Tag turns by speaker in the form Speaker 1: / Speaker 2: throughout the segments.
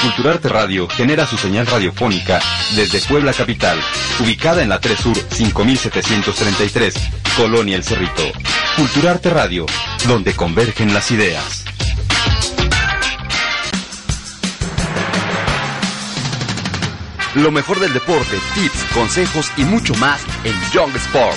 Speaker 1: Culturarte Radio genera su señal radiofónica desde Puebla Capital, ubicada en la 3 Sur 5733, Colonia El Cerrito. Culturarte Radio, donde convergen las ideas. Lo mejor del deporte, tips, consejos y mucho más en Young Sport.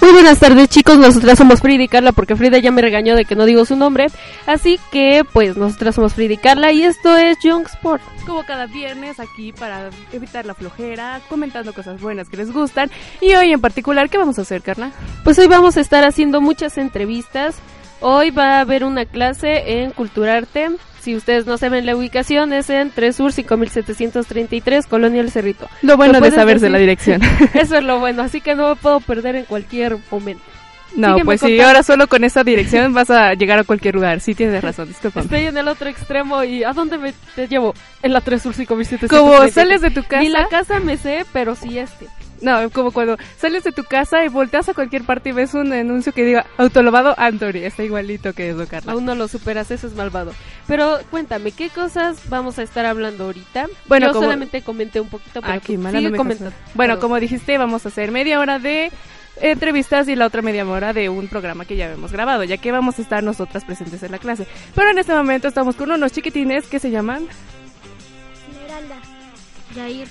Speaker 2: Muy buenas tardes chicos, nosotras somos Frida y Carla porque Frida ya me regañó de que no digo su nombre, así que pues nosotras somos Frida y Carla y esto es Young Sport.
Speaker 3: Como cada viernes aquí para evitar la flojera, comentando cosas buenas que les gustan. Y hoy en particular, ¿qué vamos a hacer, Carla?
Speaker 2: Pues hoy vamos a estar haciendo muchas entrevistas, hoy va a haber una clase en Culturarte, si ustedes no saben la ubicación es en 3 Sur 5733, Colonia El Cerrito.
Speaker 3: Lo
Speaker 2: ¿Lo
Speaker 3: bueno de
Speaker 2: puedes
Speaker 3: saberse
Speaker 2: decir?
Speaker 3: la dirección.
Speaker 2: Eso es lo bueno, así que no me puedo perder en cualquier momento.
Speaker 3: no,
Speaker 2: Sígueme
Speaker 3: pues sí,
Speaker 2: contando.
Speaker 3: ahora solo con esa dirección vas a llegar a cualquier lugar. Sí, tienes razón, disculpa.
Speaker 2: Estoy en el otro extremo y ¿a dónde me te llevo? En la 3 Sur 5733.
Speaker 3: Como sales de tu casa.
Speaker 2: Ni la casa me sé, pero sí este.
Speaker 3: No, como cuando sales de tu casa y volteas a cualquier parte y ves un anuncio que diga autolavado Anthony. Está igualito que eso, Carla.
Speaker 2: Aún no lo superas, eso es malvado. Pero cuéntame, ¿qué cosas vamos a estar hablando ahorita?
Speaker 3: Bueno,
Speaker 2: Yo
Speaker 3: como-
Speaker 2: solamente comenté un poquito, pero
Speaker 3: Ah, qué
Speaker 2: tú
Speaker 3: mala,
Speaker 2: sigue
Speaker 3: no me
Speaker 2: comentando.
Speaker 3: pasó. Bueno,
Speaker 2: Perdón.
Speaker 3: como dijiste, vamos a hacer media hora de entrevistas y la otra media hora de un programa que ya hemos grabado, ya que vamos a estar nosotras presentes en la clase. Pero en este momento estamos con unos chiquitines que se llaman...
Speaker 4: Esmeralda, Jair,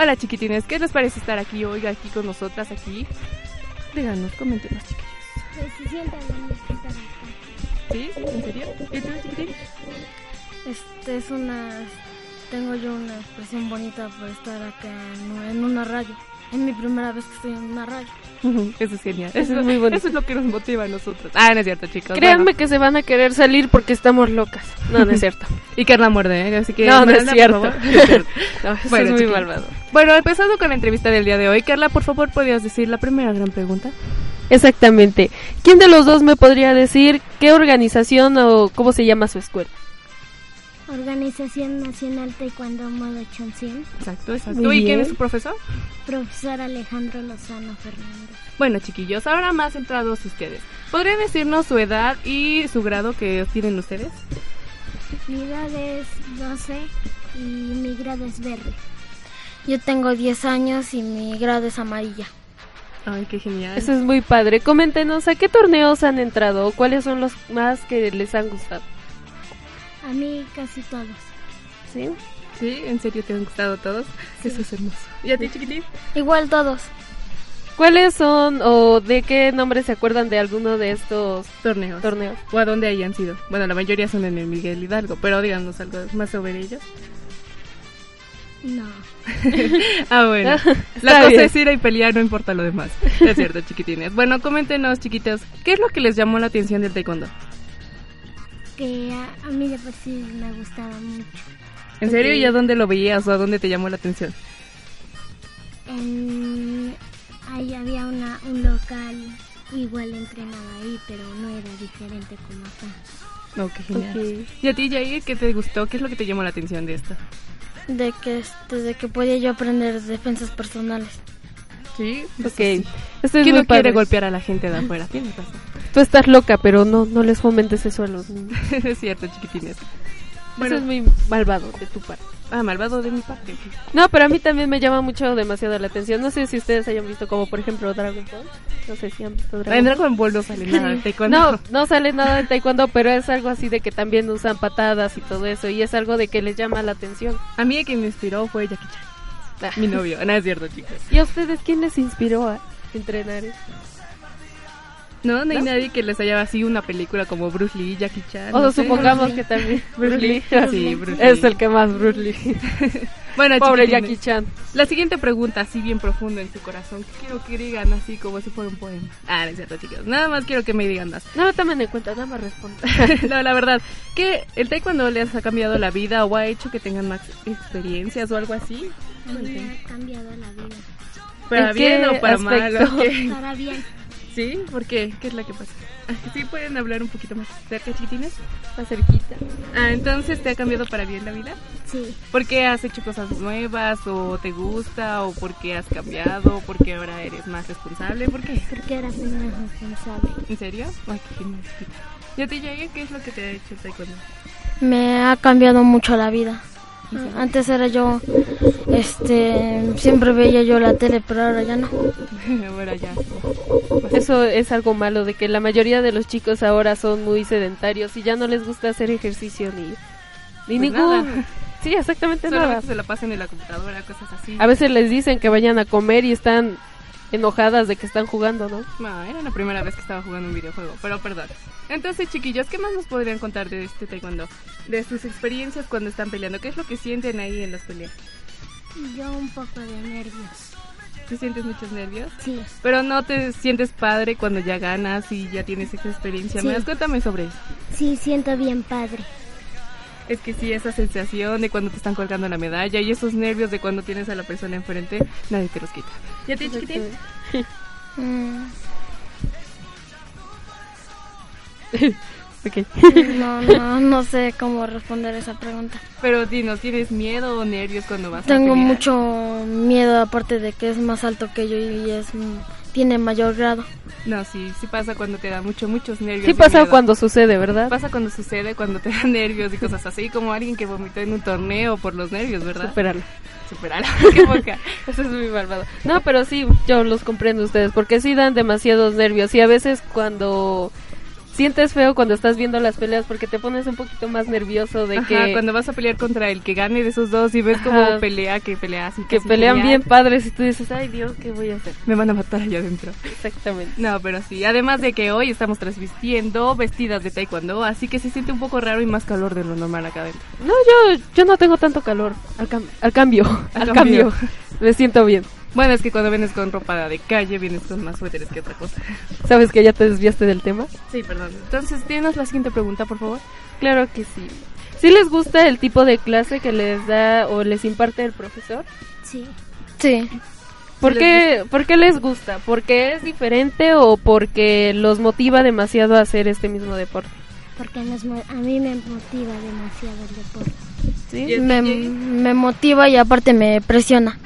Speaker 3: Hola chiquitines, ¿qué les parece estar aquí hoy, aquí con nosotras, aquí? Díganos, coméntenos, chiquitines.
Speaker 4: se sientan en esta banca.
Speaker 3: ¿Sí? ¿En serio? ¿Qué tal, chiquitín?
Speaker 4: Este es una. Tengo yo una expresión bonita por estar acá en en una radio. Es mi primera vez que estoy en una radio.
Speaker 3: Ujú, Eso es genial. Eso,
Speaker 2: es
Speaker 3: es
Speaker 2: muy bonito.
Speaker 3: Eso es lo que nos motiva a nosotros. Ah, no es cierto, chicos.
Speaker 2: Créanme
Speaker 3: bueno.
Speaker 2: que se van a querer salir porque estamos locas. No, no es cierto.
Speaker 3: Y Carla muerde, ¿eh? Así que...
Speaker 2: no, no es
Speaker 3: Esmeralda,
Speaker 2: cierto.
Speaker 3: por favor. No es cierto.
Speaker 2: No, eso
Speaker 3: Bueno,
Speaker 2: es muy
Speaker 3: chiquillos.
Speaker 2: malvado.
Speaker 3: Bueno, empezando con la entrevista del día de hoy, Carla, por favor, ¿podrías decir la primera gran pregunta?
Speaker 2: Exactamente. ¿Quién de los dos me podría decir qué organización o cómo se llama su escuela?
Speaker 4: Organización Nacional Taekwondo Modo Chonsin,
Speaker 3: Exacto,
Speaker 2: Muy
Speaker 3: ¿Y quién
Speaker 2: bien.
Speaker 3: es tu profesor?
Speaker 4: profesor Alejandro Lozano Fernández.
Speaker 3: Bueno, chiquillos, ahora más centrados ustedes. ¿Podrían decirnos su edad y su grado que tienen ustedes?
Speaker 4: Mi edad es 12 y mi grado es verde. Yo tengo 10 años y mi grado es amarilla.
Speaker 3: Ay, qué genial.
Speaker 2: Eso es muy padre. Coméntenos a qué torneos han entrado o cuáles son los más que les han gustado.
Speaker 4: A mí casi todos.
Speaker 2: ¿Sí?
Speaker 3: Sí, en serio te han gustado todos. Eso es hermoso. ¿Y a ti, chiquitín?
Speaker 4: Igual todos.
Speaker 2: ¿Cuáles son o de qué nombre se acuerdan de alguno de estos
Speaker 3: Torneos.
Speaker 2: torneos?
Speaker 3: ¿O a dónde hayan sido? Bueno, la mayoría son en el Miguel Hidalgo, pero díganos algo más sobre ellos.
Speaker 4: No.
Speaker 3: Ah, bueno. La
Speaker 2: Está
Speaker 3: cosa
Speaker 2: bien.
Speaker 3: es ir y pelear, no importa lo demás. Es cierto, chiquitines. Bueno, coméntenos, chiquitos, ¿qué es lo que les llamó la atención del taekwondo?
Speaker 4: Que a, a mí de por sí me gustaba mucho.
Speaker 3: ¿En serio?
Speaker 2: Ok.
Speaker 3: ¿Y a dónde lo veías o a dónde te llamó la atención?
Speaker 4: En- ahí había una, un local, igual entrenaba ahí, pero no era diferente como acá.
Speaker 3: No, qué genial. ¿Y a ti, Jair, qué te gustó? ¿Qué es lo que te llamó la atención de esto?
Speaker 4: De que, de que podía yo aprender defensas personales.
Speaker 3: Sí,
Speaker 2: Ok.
Speaker 3: ¿Quién
Speaker 2: Esto pues es muy
Speaker 3: no quiere
Speaker 2: padre.
Speaker 3: golpear a la gente de afuera? Tienes razón.
Speaker 2: Tú estás loca, pero no, no les fomentes eso a los niños.
Speaker 3: es cierto, chiquitines. Bueno,
Speaker 2: Eso es muy malvado de tu parte.
Speaker 3: ah, malvado de mi parte. sí.
Speaker 2: No, pero a mí también me llama mucho demasiado la atención. No sé si ustedes hayan visto como por ejemplo Dragon Ball. No sé si han visto
Speaker 3: En
Speaker 2: Dragon Ball.
Speaker 3: Dragon Ball no sale nada de taekwondo.
Speaker 2: No, no sale nada de taekwondo, pero es algo así de que también usan patadas y todo eso, y es algo de que les llama la atención.
Speaker 3: A mí el que me inspiró fue Jackie Chan,
Speaker 2: Ah.
Speaker 3: mi novio. No, es cierto, chicos.
Speaker 2: ¿Y a ustedes quién les inspiró a entrenar? eso?
Speaker 3: No, no hay nadie que les haya así una película como Bruce Lee, Jackie Chan.
Speaker 2: O
Speaker 3: Ah, no
Speaker 2: sea,
Speaker 3: sé.
Speaker 2: supongamos que también Bruce Lee.
Speaker 3: Sí, Bruce
Speaker 2: Es
Speaker 3: Lee.
Speaker 2: el que más Bruce Lee.
Speaker 3: Bueno,
Speaker 2: Pobre
Speaker 3: chiquitines.
Speaker 2: Jackie Chan.
Speaker 3: La siguiente pregunta, así bien profundo en su corazón, que quiero que digan así como si fuera un poema. Ah, no es cierto, chicos. Nada más quiero que me digan más.
Speaker 2: No me tomen en cuenta, nada más respondo.
Speaker 3: no, la verdad, que el taekwondo les ha cambiado la vida o ha hecho que tengan más experiencias o algo así.
Speaker 4: Me ha cambiado la vida.
Speaker 3: Para
Speaker 2: ¿En
Speaker 3: bien
Speaker 2: qué
Speaker 3: o para mal.
Speaker 2: aspecto?
Speaker 3: ¿o qué?
Speaker 4: Estará bien.
Speaker 3: ¿Sí? ¿Por qué? ¿Qué es la que pasa? Ah, Sí, pueden hablar un poquito más cerca, chiquitines.
Speaker 2: Más cerquita.
Speaker 3: Ah, entonces, ¿te ha cambiado para bien la vida?
Speaker 4: Sí.
Speaker 3: ¿Por qué has hecho cosas nuevas o te gusta o por qué has cambiado? ¿Por qué ahora eres más responsable? ¿Por qué?
Speaker 4: Porque era más responsable.
Speaker 3: ¿En serio? Ay, qué genial, chiquita. ¿Y a ti, Yair, qué es lo que te ha hecho el taekwondo?
Speaker 4: Me ha cambiado mucho la vida. Antes era yo, este, siempre veía yo la tele, pero ahora ya no.
Speaker 3: ahora ya. Pues
Speaker 2: Eso es algo malo, de que la mayoría de los chicos ahora son muy sedentarios y ya no les gusta hacer ejercicio ni, ni
Speaker 3: Pues
Speaker 2: ningún...
Speaker 3: nada.
Speaker 2: Sí, exactamente nada.
Speaker 3: Solamente se la pasan en la computadora, cosas así.
Speaker 2: A veces les dicen que vayan a comer y están enojadas de que están jugando, ¿no?
Speaker 3: No, era la primera vez que estaba jugando un videojuego, pero perdón. Entonces, chiquillos, ¿qué más nos podrían contar de este taekwondo? De sus experiencias cuando están peleando. ¿Qué es lo que sienten ahí en las peleas?
Speaker 4: Yo un poco de nervios.
Speaker 3: ¿Te sientes muchos nervios?
Speaker 4: Sí.
Speaker 3: Pero no te sientes padre cuando ya ganas y ya tienes esa experiencia.
Speaker 4: Sí.
Speaker 3: ¿Me das cuéntame sobre eso?
Speaker 4: Sí, siento bien padre.
Speaker 3: Es que sí, esa sensación de cuando te están colgando la medalla y esos nervios de cuando tienes a la persona enfrente, nadie te los quita. ¿Y a ti, chiquitín?
Speaker 4: Mm,
Speaker 2: Ok.
Speaker 4: No, no, no sé cómo responder esa pregunta.
Speaker 3: Pero dinos, ¿tienes miedo o nervios cuando vas a
Speaker 4: Tengo
Speaker 3: pelear?
Speaker 4: mucho miedo, aparte de que es más alto que yo y es mm, tiene mayor grado.
Speaker 3: No, sí, sí pasa cuando te da mucho, muchos nervios.
Speaker 2: Sí
Speaker 3: y
Speaker 2: pasa
Speaker 3: miedo.
Speaker 2: cuando sucede, ¿verdad?
Speaker 3: Pasa cuando sucede, cuando te dan nervios y cosas así, como alguien que vomitó en un torneo por los nervios, ¿verdad?
Speaker 2: Superarlo.
Speaker 3: Superar. Qué poca.
Speaker 2: Eso es muy malvado. No, pero sí, yo los comprendo a ustedes, porque sí dan demasiados nervios y a veces cuando sientes feo cuando estás viendo las peleas porque te pones un poquito más nervioso de
Speaker 3: Ajá,
Speaker 2: que,
Speaker 3: cuando vas a pelear contra el que gane de esos dos y ves
Speaker 2: Ajá.
Speaker 3: como pelea, que pelea así.
Speaker 2: que
Speaker 3: sin
Speaker 2: pelean
Speaker 3: pelear,
Speaker 2: bien padres y tú dices, ay Dios, ¿qué voy a hacer?
Speaker 3: Me van a matar allá adentro.
Speaker 2: Exactamente.
Speaker 3: No, pero sí. Además de que hoy estamos transvistiendo vestidas de taekwondo, así que se siente un poco raro y más calor de lo normal acá adentro.
Speaker 2: No, yo, yo no tengo tanto calor. Al, cam- al cambio, al,
Speaker 3: Al
Speaker 2: cambio.
Speaker 3: cambio.
Speaker 2: Me siento bien.
Speaker 3: Bueno, es que cuando vienes con ropa de calle, vienes con más suéteres que otra cosa.
Speaker 2: ¿Sabes que ya te desviaste del tema?
Speaker 3: Sí, perdón. Entonces, dinos la siguiente pregunta, por favor.
Speaker 2: Claro que sí. ¿Sí les gusta el tipo de clase que les da o les imparte el profesor?
Speaker 4: Sí. Sí.
Speaker 2: ¿Por
Speaker 3: ¿Les
Speaker 2: qué, ¿Por qué les gusta? ¿Porque es diferente o porque los motiva demasiado a hacer este mismo deporte?
Speaker 5: Porque nos mo- a mí me motiva demasiado el deporte.
Speaker 3: ¿Y a ti,
Speaker 4: Me,
Speaker 3: Jay?
Speaker 4: me motiva y aparte me presiona.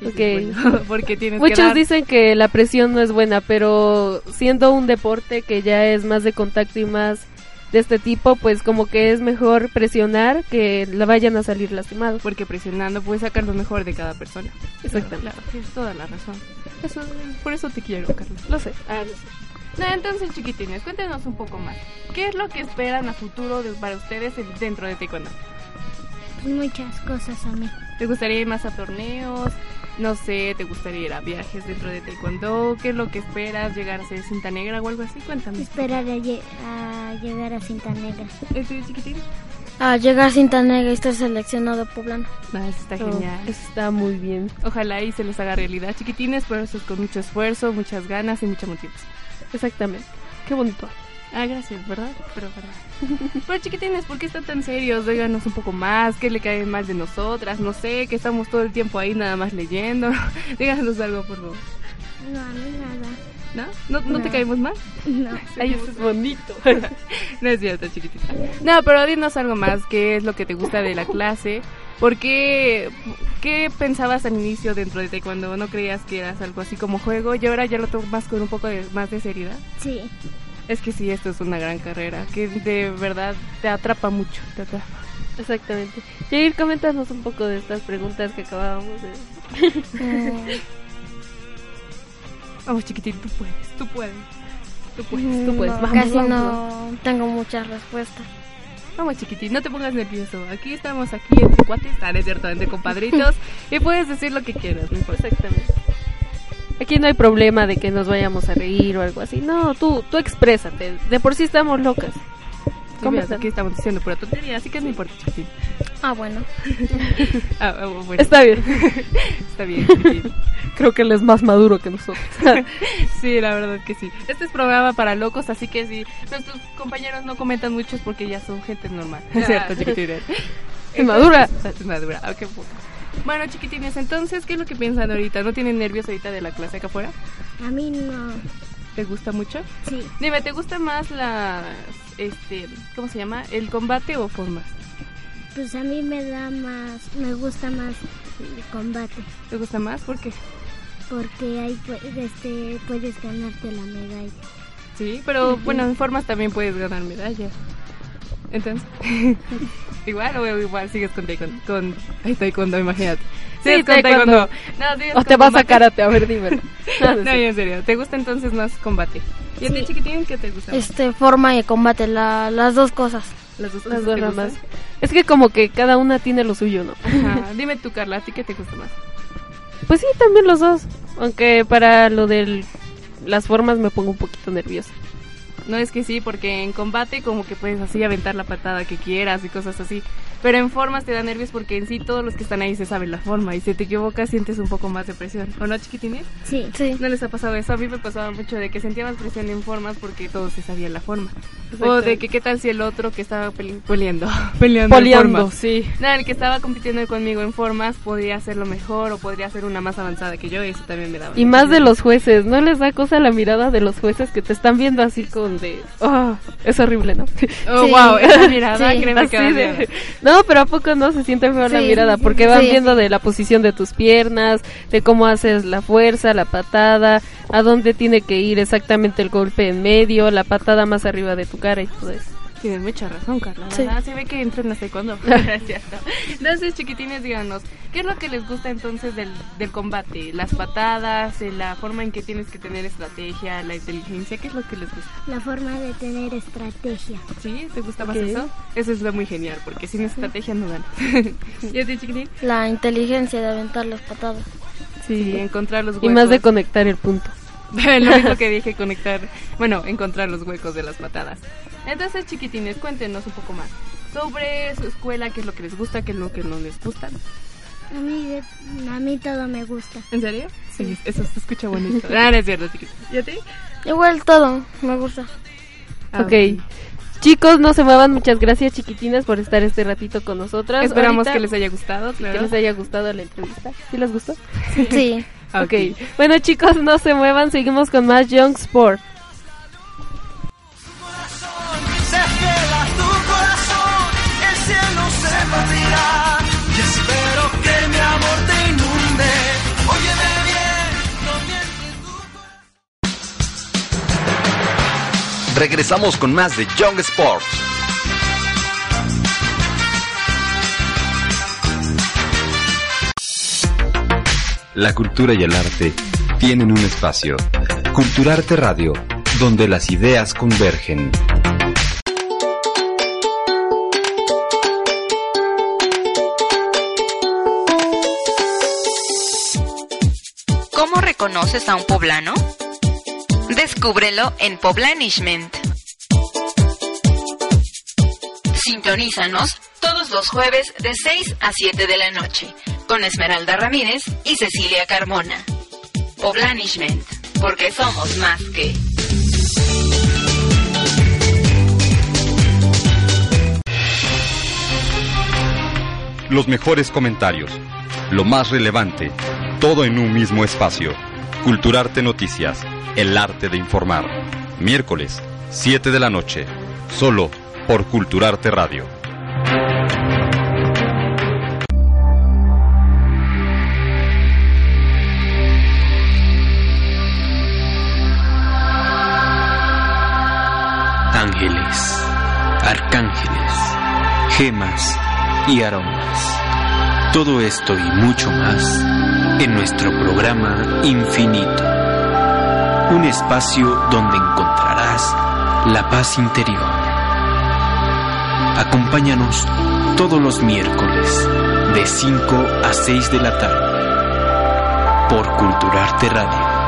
Speaker 3: Y sí,
Speaker 2: Ok.
Speaker 3: bueno, porque tienes que
Speaker 2: Muchos
Speaker 3: dar-
Speaker 2: dicen que la presión no es buena, pero siendo un deporte que ya es más de contacto y más de este tipo, pues como que es mejor presionar que la vayan a salir lastimados.
Speaker 3: porque presionando puedes sacar lo mejor de cada persona.
Speaker 2: Exactamente.
Speaker 3: Claro, tienes toda la razón. Eso, por eso te quiero, Carlos. Lo sé.
Speaker 2: Ah, no sé.
Speaker 3: No, entonces, chiquitines, cuéntenos un poco más. ¿Qué es lo que esperan a futuro de- para ustedes en- dentro de Taekwondo?
Speaker 5: Pues muchas cosas a mí.
Speaker 3: ¿Te gustaría ir más a torneos? No sé, ¿te gustaría ir a viajes dentro de Taekwondo? ¿Qué es lo que esperas? ¿Llegar a ser cinta negra o algo así? Cuéntame.
Speaker 5: Esperar a, lle- a llegar a cinta negra.
Speaker 3: ¿El tuyo, chiquitín?
Speaker 4: A llegar sin tan negra y estar seleccionado poblano.
Speaker 3: No, eso está genial.
Speaker 2: Eso está muy bien.
Speaker 3: Ojalá y se les haga realidad, chiquitines, pero eso es con mucho esfuerzo, muchas ganas y mucha motivación.
Speaker 2: Exactamente. Qué bonito.
Speaker 3: Ah, gracias, ¿verdad? Pero, ¿verdad? pero chiquitines, ¿por qué están tan serios? Díganos un poco más, ¿qué le cae mal de nosotras? No sé, que estamos todo el tiempo ahí nada más leyendo. Díganos algo, por favor.
Speaker 5: No, a mí nada.
Speaker 3: ¿No? ¿No, no te caemos mal?
Speaker 5: No.
Speaker 2: Ay, eso es bonito.
Speaker 3: No es cierto, chiquitita. No, pero dinos algo más, ¿qué es lo que te gusta de la clase? ¿Por qué, qué pensabas al inicio dentro de ti cuando no creías que eras algo así como juego y ahora ya lo tomas con un poco de, más de seriedad?
Speaker 5: Sí.
Speaker 3: Es que sí, esto es una gran carrera, que de verdad te atrapa mucho, te atrapa.
Speaker 2: Exactamente. Jair, coméntanos un poco de estas preguntas que acabábamos de...
Speaker 4: Eh,
Speaker 3: Vamos, chiquitín, tú puedes, tú puedes. Tú puedes.
Speaker 2: Tú puedes,
Speaker 4: no,
Speaker 2: vamos,
Speaker 4: casi
Speaker 2: vamos,
Speaker 4: no tengo muchas respuestas.
Speaker 3: Vamos, chiquitín, no te pongas nervioso. Aquí estamos, aquí entre cuates, ah, no es cierto, entre compadritos. y puedes decir lo que quieras, no importa.
Speaker 2: Exactamente. Aquí no hay problema de que nos vayamos a reír o algo así. No, tú, tú exprésate. De por sí estamos locas.
Speaker 3: ¿Cómo
Speaker 2: Conversa.
Speaker 3: aquí estamos diciendo pura tontería, así que no importa, chiquitín.
Speaker 4: Ah, bueno.
Speaker 3: Ah, ah, bueno,
Speaker 2: Está bien.
Speaker 3: está bien, chiquitín.
Speaker 2: Creo que él es más maduro que nosotros.
Speaker 3: Sí, la verdad que sí. Este es programa para locos, así que sí. Nuestros compañeros no comentan muchos porque ya son gente normal. ¿Cierto, chiquitines?
Speaker 2: Inmadura.
Speaker 3: Entonces, Madura, ah, qué poco. Bueno, chiquitines, entonces, ¿qué es lo que piensan ahorita? ¿No tienen nervios ahorita de la clase acá afuera?
Speaker 5: A mí no.
Speaker 3: ¿Te gusta mucho?
Speaker 5: Sí,
Speaker 3: Dime, ¿te gusta más las, este, ¿cómo se llama? ¿El combate o formas?
Speaker 5: pues a mí me da más, me gusta más el combate,
Speaker 3: ¿Te gusta más? ¿Por qué?
Speaker 5: porque ahí pue- este, puedes ganarte la medalla.
Speaker 3: Sí, pero bueno, en formas también puedes ganar medallas. Entonces, igual o igual sigues con taekwondo. Con, ay, taekwondo, imagínate. Sigues con taekwondo.
Speaker 2: taekwondo.
Speaker 3: No, sigues
Speaker 2: O
Speaker 3: con
Speaker 2: te vas a
Speaker 3: combate.
Speaker 2: karate, a ver, dímelo. No, no
Speaker 3: No,
Speaker 2: sé.
Speaker 3: en serio. ¿Te gusta entonces más combate? ¿Y a ti,
Speaker 4: Sí.
Speaker 3: chiquitín, qué te gusta? más?
Speaker 4: Este, forma y combate, la- las dos cosas.
Speaker 3: Las dos,
Speaker 2: Las
Speaker 3: cosas
Speaker 2: dos
Speaker 3: te
Speaker 2: ramas.
Speaker 3: gustan?
Speaker 2: Es que como que cada una tiene lo suyo, ¿no?
Speaker 3: Ajá. Dime tú, Carla, ¿a ti qué te gusta más?
Speaker 2: Pues sí, también los dos. Aunque para lo de las formas me pongo un poquito nerviosa.
Speaker 3: No es que sí, porque en combate como que puedes así aventar la patada que quieras y cosas así. Pero en formas te da nervios porque en sí todos los que están ahí se saben la forma y si te equivocas sientes un poco más de presión. ¿O no, chiquitines?
Speaker 5: Sí,
Speaker 4: Sí.
Speaker 3: ¿No les ha pasado eso? A mí me pasaba mucho de que sentía más presión en formas porque todos se sabían la forma. O de que qué tal si el otro que estaba pele- peleando. Peleando. en
Speaker 2: Poliando,
Speaker 3: formas.
Speaker 2: sí.
Speaker 3: No, el que estaba compitiendo conmigo en formas podría hacerlo mejor o podría hacer una más avanzada que yo y eso también me daba.
Speaker 2: Y más de los jueces, ¿no les da cosa la mirada de los jueces que te están viendo así con de... ah, es horrible, ¿no?
Speaker 3: Oh,
Speaker 4: Sí.
Speaker 3: wow, esa mirada,
Speaker 4: Sí,
Speaker 3: créeme
Speaker 2: Así
Speaker 3: que da
Speaker 2: de-
Speaker 3: miedo.
Speaker 2: No, pero ¿a poco no se siente feo la
Speaker 4: Sí,
Speaker 2: mirada?
Speaker 4: sí,
Speaker 2: Porque van
Speaker 4: sí.
Speaker 2: viendo de la posición de tus piernas, de cómo haces la fuerza, la patada, a dónde tiene que ir exactamente el golpe en medio, la patada más arriba de tu cara y todo eso.
Speaker 3: Tienes mucha razón, Carla.
Speaker 4: Sí.
Speaker 3: ¿verdad? Se ve que entran hasta cuando. Es cierto. Entonces, chiquitines, díganos, ¿qué es lo que les gusta entonces del, del combate? ¿Las patadas? eh, ¿La forma en que tienes que tener estrategia? ¿La inteligencia? ¿Qué es lo que les gusta?
Speaker 5: la forma de tener estrategia.
Speaker 3: ¿Sí? ¿Te gusta
Speaker 2: Ok.
Speaker 3: más eso? Eso es lo muy genial, porque sin estrategia no ganas. ¿Y a ti, chiquitín?
Speaker 4: La inteligencia de aventar las patadas.
Speaker 3: Sí, encontrar los
Speaker 2: Y
Speaker 3: huecos.
Speaker 2: más de conectar el punto.
Speaker 3: Lo mismo que dije, conectar, bueno, encontrar los huecos de las patadas. Entonces, chiquitines, cuéntenos un poco más sobre su escuela, qué es lo que les gusta, qué es lo que no les gusta.
Speaker 5: A mí, de- a mí todo me gusta.
Speaker 3: ¿En serio? Sí, eso se escucha bonito. ah, no es cierto, chiquito. ¿Y a ti?
Speaker 4: Igual todo, me gusta.
Speaker 3: Ah,
Speaker 4: Ah,
Speaker 2: ok. Chicos, no se muevan. Muchas gracias, chiquitinas, por estar este ratito con nosotras.
Speaker 3: Esperamos
Speaker 2: Ahorita-
Speaker 3: que les haya gustado,
Speaker 2: que
Speaker 3: claro.
Speaker 2: les haya gustado la entrevista. ¿Sí les gustó?
Speaker 4: Sí.
Speaker 3: Ah, ok.
Speaker 2: ok. Bueno, chicos, no se muevan. Seguimos con más Young Sport.
Speaker 6: se cela tu corazón, el cielo se partirá. Y espero que mi amor te inunde. Óyeme bien, no mientes tu
Speaker 1: Regresamos con más de Young Sports. La cultura y el arte tienen un espacio. Culturarte Radio, donde las ideas convergen.
Speaker 7: ¿Cómo reconoces a un poblano? Descúbrelo en Poblanishment. Sintonízanos todos los jueves de 6 a 7 de la noche con Esmeralda Ramírez y Cecilia Carmona. Poblanishment, porque somos más que.
Speaker 1: Los mejores comentarios, lo más relevante, todo en un mismo espacio. Culturarte Noticias, el arte de informar. Miércoles, 7 de la noche, solo por Culturarte Radio.
Speaker 8: ángeles, arcángeles, gemas y aromas. Todo esto y mucho más en nuestro programa Infinito. Un espacio donde encontrarás la paz interior. Acompáñanos todos los miércoles de 5 a 6 de la tarde por Culturarte Radio.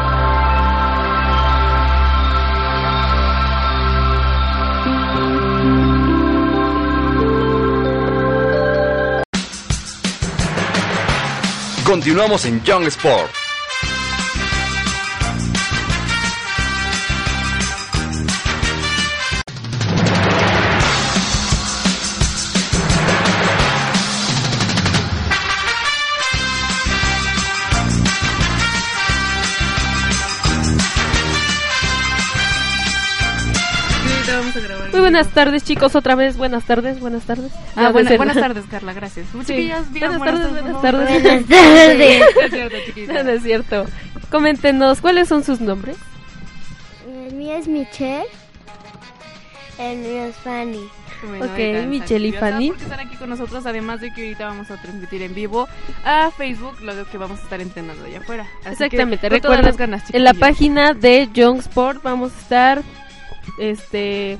Speaker 1: Continuamos en Young Sport.
Speaker 2: Muy buenas tardes, chicos, otra vez. Buenas tardes, buenas tardes.
Speaker 3: Ah,
Speaker 2: Ya
Speaker 3: buena-
Speaker 2: de ser-
Speaker 3: buenas tardes, Carla, gracias. Chiquillas, digan
Speaker 2: Buenas tardes,
Speaker 3: por
Speaker 2: buenas
Speaker 3: favor.
Speaker 5: Buenas
Speaker 2: tardes.
Speaker 5: tardes.
Speaker 3: Es cierto,
Speaker 2: No,
Speaker 3: chiquillas.
Speaker 2: no es cierto. Coméntenos, ¿cuáles son sus nombres?
Speaker 5: El mío es Michelle. El mío es Fanny.
Speaker 3: Bueno,
Speaker 2: Ok,
Speaker 3: ahí están
Speaker 2: Michelle y
Speaker 3: nerviosas
Speaker 2: Fanny.
Speaker 3: porque Están aquí con nosotros, además de que ahorita vamos a transmitir en vivo a Facebook lo que vamos a estar entrenando allá afuera. Así
Speaker 2: Exactamente,
Speaker 3: que, con todas
Speaker 2: recuerden,
Speaker 3: las ganas,
Speaker 2: En la
Speaker 3: chiquillas.
Speaker 2: página de Young Sport vamos a estar, este,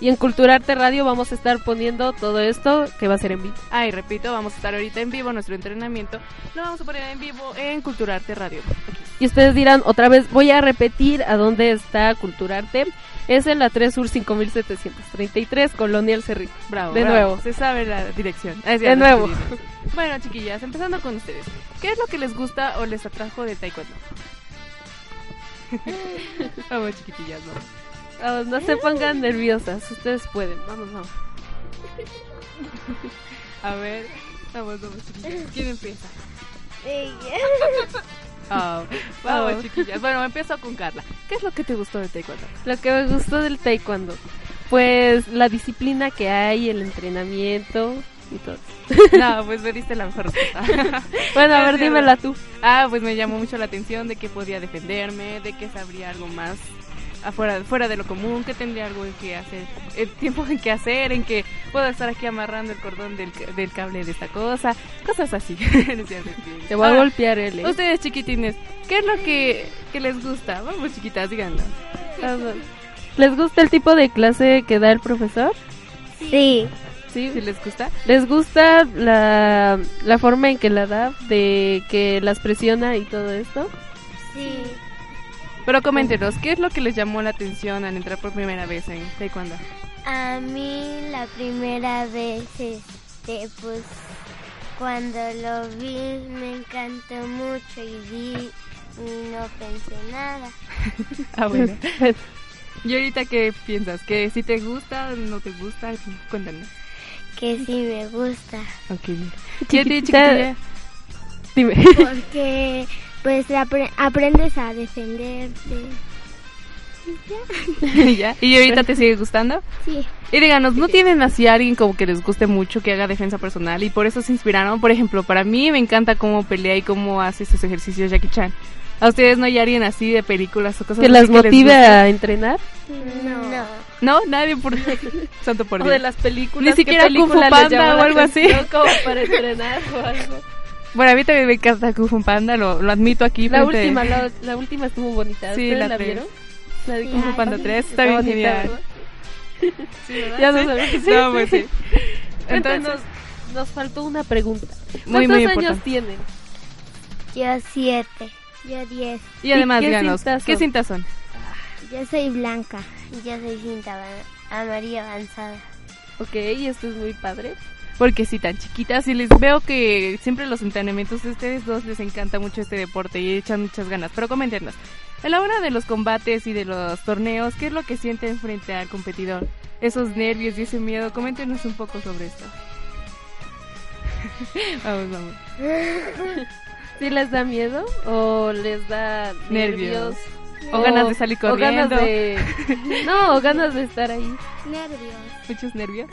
Speaker 2: y en Culturarte Radio vamos a estar poniendo todo esto que va a ser en vivo.
Speaker 3: Ay, repito, vamos a estar ahorita en vivo, nuestro entrenamiento lo vamos a poner en vivo en Culturarte Radio.
Speaker 2: Y ustedes dirán otra vez, voy a repetir a dónde está Culturarte. Es en la 3 Sur 5733, Colonia El Cerrito.
Speaker 3: Bravo.
Speaker 2: De
Speaker 3: bravo.
Speaker 2: nuevo.
Speaker 3: Se sabe la dirección. Ah, es
Speaker 2: De
Speaker 3: cierto,
Speaker 2: nuevo.
Speaker 3: chiquillas. Bueno, chiquillas, empezando con ustedes. ¿Qué es lo que les gusta o les atrajo de Taekwondo? vamos, chiquitillas, vamos.
Speaker 2: Vamos, no se pongan nerviosas, ustedes pueden. Vamos, vamos.
Speaker 3: A ver, vamos, vamos, chiquillas. ¿Quién empieza?
Speaker 5: Ella.
Speaker 3: Ah, vamos, chiquillas. Bueno, empiezo con Carla. ¿Qué es lo que te gustó de Taekwondo?
Speaker 2: Lo que me gustó del taekwondo, pues la disciplina que hay, el entrenamiento y todo.
Speaker 3: No, pues me diste la mejor respuesta.
Speaker 2: Bueno, a
Speaker 3: Es
Speaker 2: ver,
Speaker 3: cierto.
Speaker 2: dímela tú.
Speaker 3: Ah, pues me llamó mucho la atención de que podía defenderme, de que sabría algo más afuera fuera de lo común, que tendría algo en que hacer, el tiempo en que hacer, en que puedo estar aquí amarrando el cordón del, ca- del cable de esta cosa, cosas así. No seas estúpida.
Speaker 2: Te voy a
Speaker 3: Ahora,
Speaker 2: golpear, ¿eh? L.
Speaker 3: Ustedes chiquitines, ¿qué es lo que, que les gusta? Vamos chiquitas, díganlo.
Speaker 2: ¿Les gusta el tipo de clase que da el profesor?
Speaker 5: Sí.
Speaker 2: Sí.
Speaker 3: Si les gusta.
Speaker 2: ¿Les gusta la, la forma en que la da, de que las presiona y todo esto?
Speaker 5: Sí.
Speaker 3: Pero coméntenos, ¿qué es lo que les llamó la atención al entrar por primera vez en Taekwondo?
Speaker 5: A mí la primera vez, este, pues cuando lo vi me encantó mucho y vi y no pensé nada.
Speaker 3: Ah, bueno. ¿Y ahorita qué piensas? ¿Que si te gusta, no te gusta? Cuéntanos.
Speaker 5: Que sí me gusta.
Speaker 3: Ok.
Speaker 2: ¿Qué
Speaker 3: Chiquitita, chiquitilla.
Speaker 2: Dime.
Speaker 5: Porque pues apre- aprendes a defenderte.
Speaker 3: ¿Ya? ¿Y ahorita te sigue gustando?
Speaker 5: Sí.
Speaker 3: Y díganos, ¿no tienen así a alguien como que les guste mucho que haga defensa personal y por eso se inspiraron? Por ejemplo, para mí me encanta cómo pelea y cómo hace sus ejercicios Jackie Chan. ¿A ustedes no hay alguien así de películas o cosas
Speaker 2: ¿Que
Speaker 3: así
Speaker 2: las
Speaker 3: les
Speaker 2: motive
Speaker 3: guste?
Speaker 2: a entrenar?
Speaker 5: No.
Speaker 3: No, nadie por... Santo por Dios.
Speaker 2: las películas.
Speaker 3: Ni siquiera
Speaker 2: ¿qué película
Speaker 3: Kung Fu
Speaker 2: les llama
Speaker 3: Panda
Speaker 2: la
Speaker 3: o algo así.
Speaker 2: atención Como para entrenar o algo.
Speaker 3: Bueno, a mí también me encanta Kung Fu Panda, lo, lo admito aquí.
Speaker 2: La
Speaker 3: frente-
Speaker 2: última, la, la última estuvo bonita.
Speaker 3: Sí,
Speaker 2: ¿Ustedes
Speaker 3: la
Speaker 2: la,
Speaker 3: tres.
Speaker 2: vieron? La de
Speaker 3: Kung Fu Panda 3, está bien
Speaker 2: bonita,
Speaker 3: genial.
Speaker 2: ¿verdad? Ya no sabemos.
Speaker 3: No, pues sí. Entonces,
Speaker 2: Entonces, nos faltó una pregunta. ¿Cuántos
Speaker 3: muy, muy
Speaker 2: años
Speaker 3: importante.
Speaker 2: tienen?
Speaker 5: Yo siete. Yo diez.
Speaker 3: Y además,
Speaker 2: ¿Y qué
Speaker 3: díganos,
Speaker 2: cintas
Speaker 3: ¿qué
Speaker 2: son?
Speaker 3: cintas son?
Speaker 5: Yo soy blanca. Y yo soy cinta avan- amarilla avanzada.
Speaker 2: Ok, y esto es muy padre.
Speaker 3: Porque si tan chiquitas y les veo que siempre los entrenamientos de ustedes dos les encanta mucho este deporte y echan muchas ganas. Pero coméntenos, a la hora de los combates y de los torneos, ¿qué es lo que sienten frente al competidor? Esos nervios y ese miedo, coméntenos un poco sobre esto. vamos, vamos.
Speaker 2: ¿Sí les da miedo o les da
Speaker 3: Nervios.
Speaker 2: nervios?
Speaker 3: O ganas de salir
Speaker 2: o ganas
Speaker 3: corriendo.
Speaker 2: de- No, o ganas de estar ahí.
Speaker 5: Nervios.
Speaker 3: ¿Muchos nervios?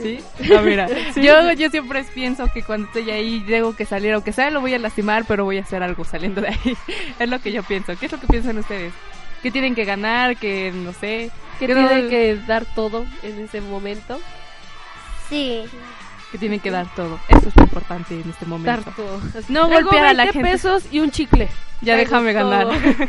Speaker 3: Sí. Ah, mira. Yo, yo siempre pienso que cuando estoy ahí tengo que salir, aunque sea lo voy a lastimar, pero voy a hacer algo saliendo de ahí. Es lo que yo pienso. ¿Qué es lo que piensan ustedes? ¿Qué tienen que ganar? ¿Qué no sé?
Speaker 2: Que
Speaker 3: Yo no-
Speaker 2: tienen que dar todo en ese momento.
Speaker 5: Sí.
Speaker 3: ¿Qué tienen que dar todo? Eso es lo importante en este
Speaker 2: Dar
Speaker 3: momento.
Speaker 2: todo. Así,
Speaker 3: No
Speaker 2: traigo
Speaker 3: golpear a la
Speaker 2: 20
Speaker 3: gente.
Speaker 2: pesos y un chicle.
Speaker 3: Ya
Speaker 2: Traigo
Speaker 3: déjame ganar.
Speaker 2: todo.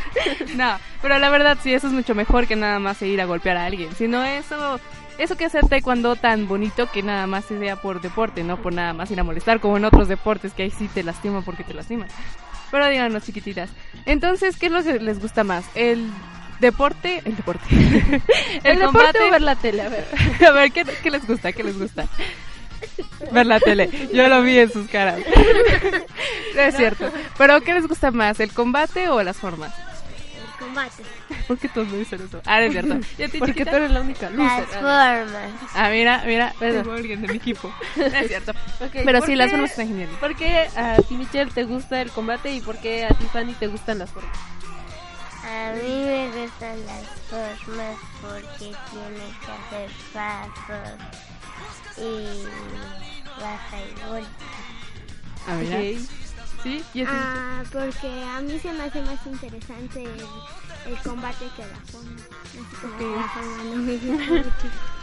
Speaker 3: no, pero la verdad sí, eso es mucho mejor que nada más ir a golpear a alguien. Sino eso, eso que hacer taekwondo tan bonito que nada más se sea por deporte, no por nada más ir a molestar, como en otros deportes que ahí sí te lastiman porque te lastiman. Pero díganos, chiquititas. Entonces, ¿qué es lo que les gusta más? ¿El deporte? El deporte. ¿El,
Speaker 2: ¿El, deporte
Speaker 3: combate?
Speaker 2: o ver la tele? A ver.
Speaker 3: A ver, ¿qué, qué les gusta? ¿Qué les gusta? ver la tele. Yo lo vi en sus caras. No es cierto. Pero ¿qué les gusta más, el combate o las formas?
Speaker 5: El combate.
Speaker 3: ¿Por qué todos me dicen eso? Ah, no es cierto. Porque tú eres la única
Speaker 5: Las
Speaker 3: loser.
Speaker 5: formas.
Speaker 3: Ah, mira, mira,
Speaker 9: Tengo
Speaker 3: perdón.
Speaker 9: a alguien de mi equipo.
Speaker 3: No es cierto.
Speaker 2: Ok,
Speaker 3: Pero
Speaker 2: ¿por
Speaker 3: sí, las
Speaker 2: qué-
Speaker 3: formas están geniales.
Speaker 2: ¿Por qué a ti, Michelle, te gusta el combate y por qué a ti, Fanny, te gustan las formas?
Speaker 5: A mí me gustan las formas porque tienes que hacer pasos y baja y vuelta.
Speaker 3: Ah, mira. Sí, y así.
Speaker 10: Ah, porque a mí se me hace más interesante el, el combate que la forma. Así como la forma no me gusta mucho.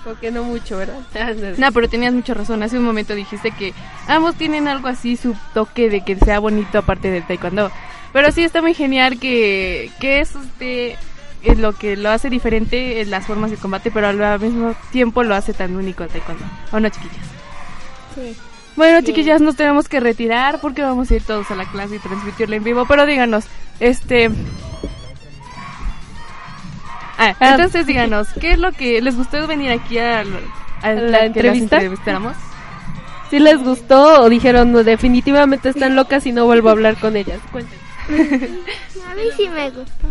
Speaker 2: Porque no mucho, ¿verdad?
Speaker 3: Ah, No, pero tenías mucha razón. Hace un momento dijiste que ambos tienen algo así, su toque de que sea bonito aparte del taekwondo. Pero sí está muy genial que, que es este, es lo que lo hace diferente en las formas de combate, pero al mismo tiempo lo hace tan único el taekwondo. ¿O no, chiquillas?
Speaker 10: Sí.
Speaker 3: Bueno, chiquillas, nos tenemos que retirar porque vamos a ir todos a la clase y transmitirla en vivo. Pero díganos, este... Ah, entonces díganos, ¿qué es lo que les gustó venir aquí a, a
Speaker 2: la
Speaker 3: que las
Speaker 2: entrevista?
Speaker 3: entrevistáramos?
Speaker 2: ¿Sí les gustó o dijeron, no, definitivamente están locas y no vuelvo a hablar con ellas? Cuéntenos.
Speaker 10: A mí sí me gustó.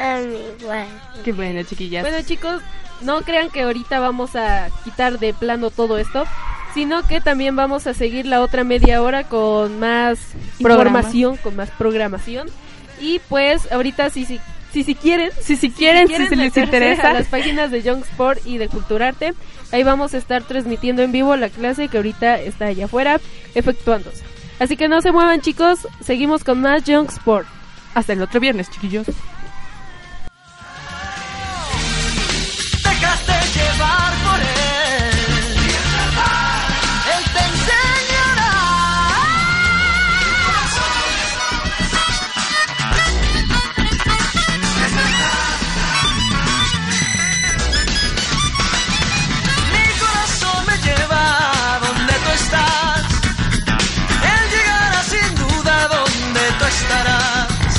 Speaker 5: A mí igual.
Speaker 3: Qué bueno, chiquillas.
Speaker 2: Bueno, chicos, no crean que ahorita vamos a quitar de plano todo esto, sino que también vamos a seguir la otra media hora con más programación, con más programación. Y pues ahorita si si, si, si quieren,
Speaker 3: si, si quieren, si, se les
Speaker 2: meterse a
Speaker 3: interesa.
Speaker 2: las páginas de Young Sport y de Culturarte, ahí vamos a estar transmitiendo en vivo la clase que ahorita está allá afuera efectuándose. Así que no se muevan, chicos, seguimos con más Young Sport.
Speaker 3: Hasta el otro viernes, chiquillos.
Speaker 6: dejaste llevar por él. Él te enseñará. Mi corazón me lleva a donde tú estás. Él llegará sin duda a donde tú estarás.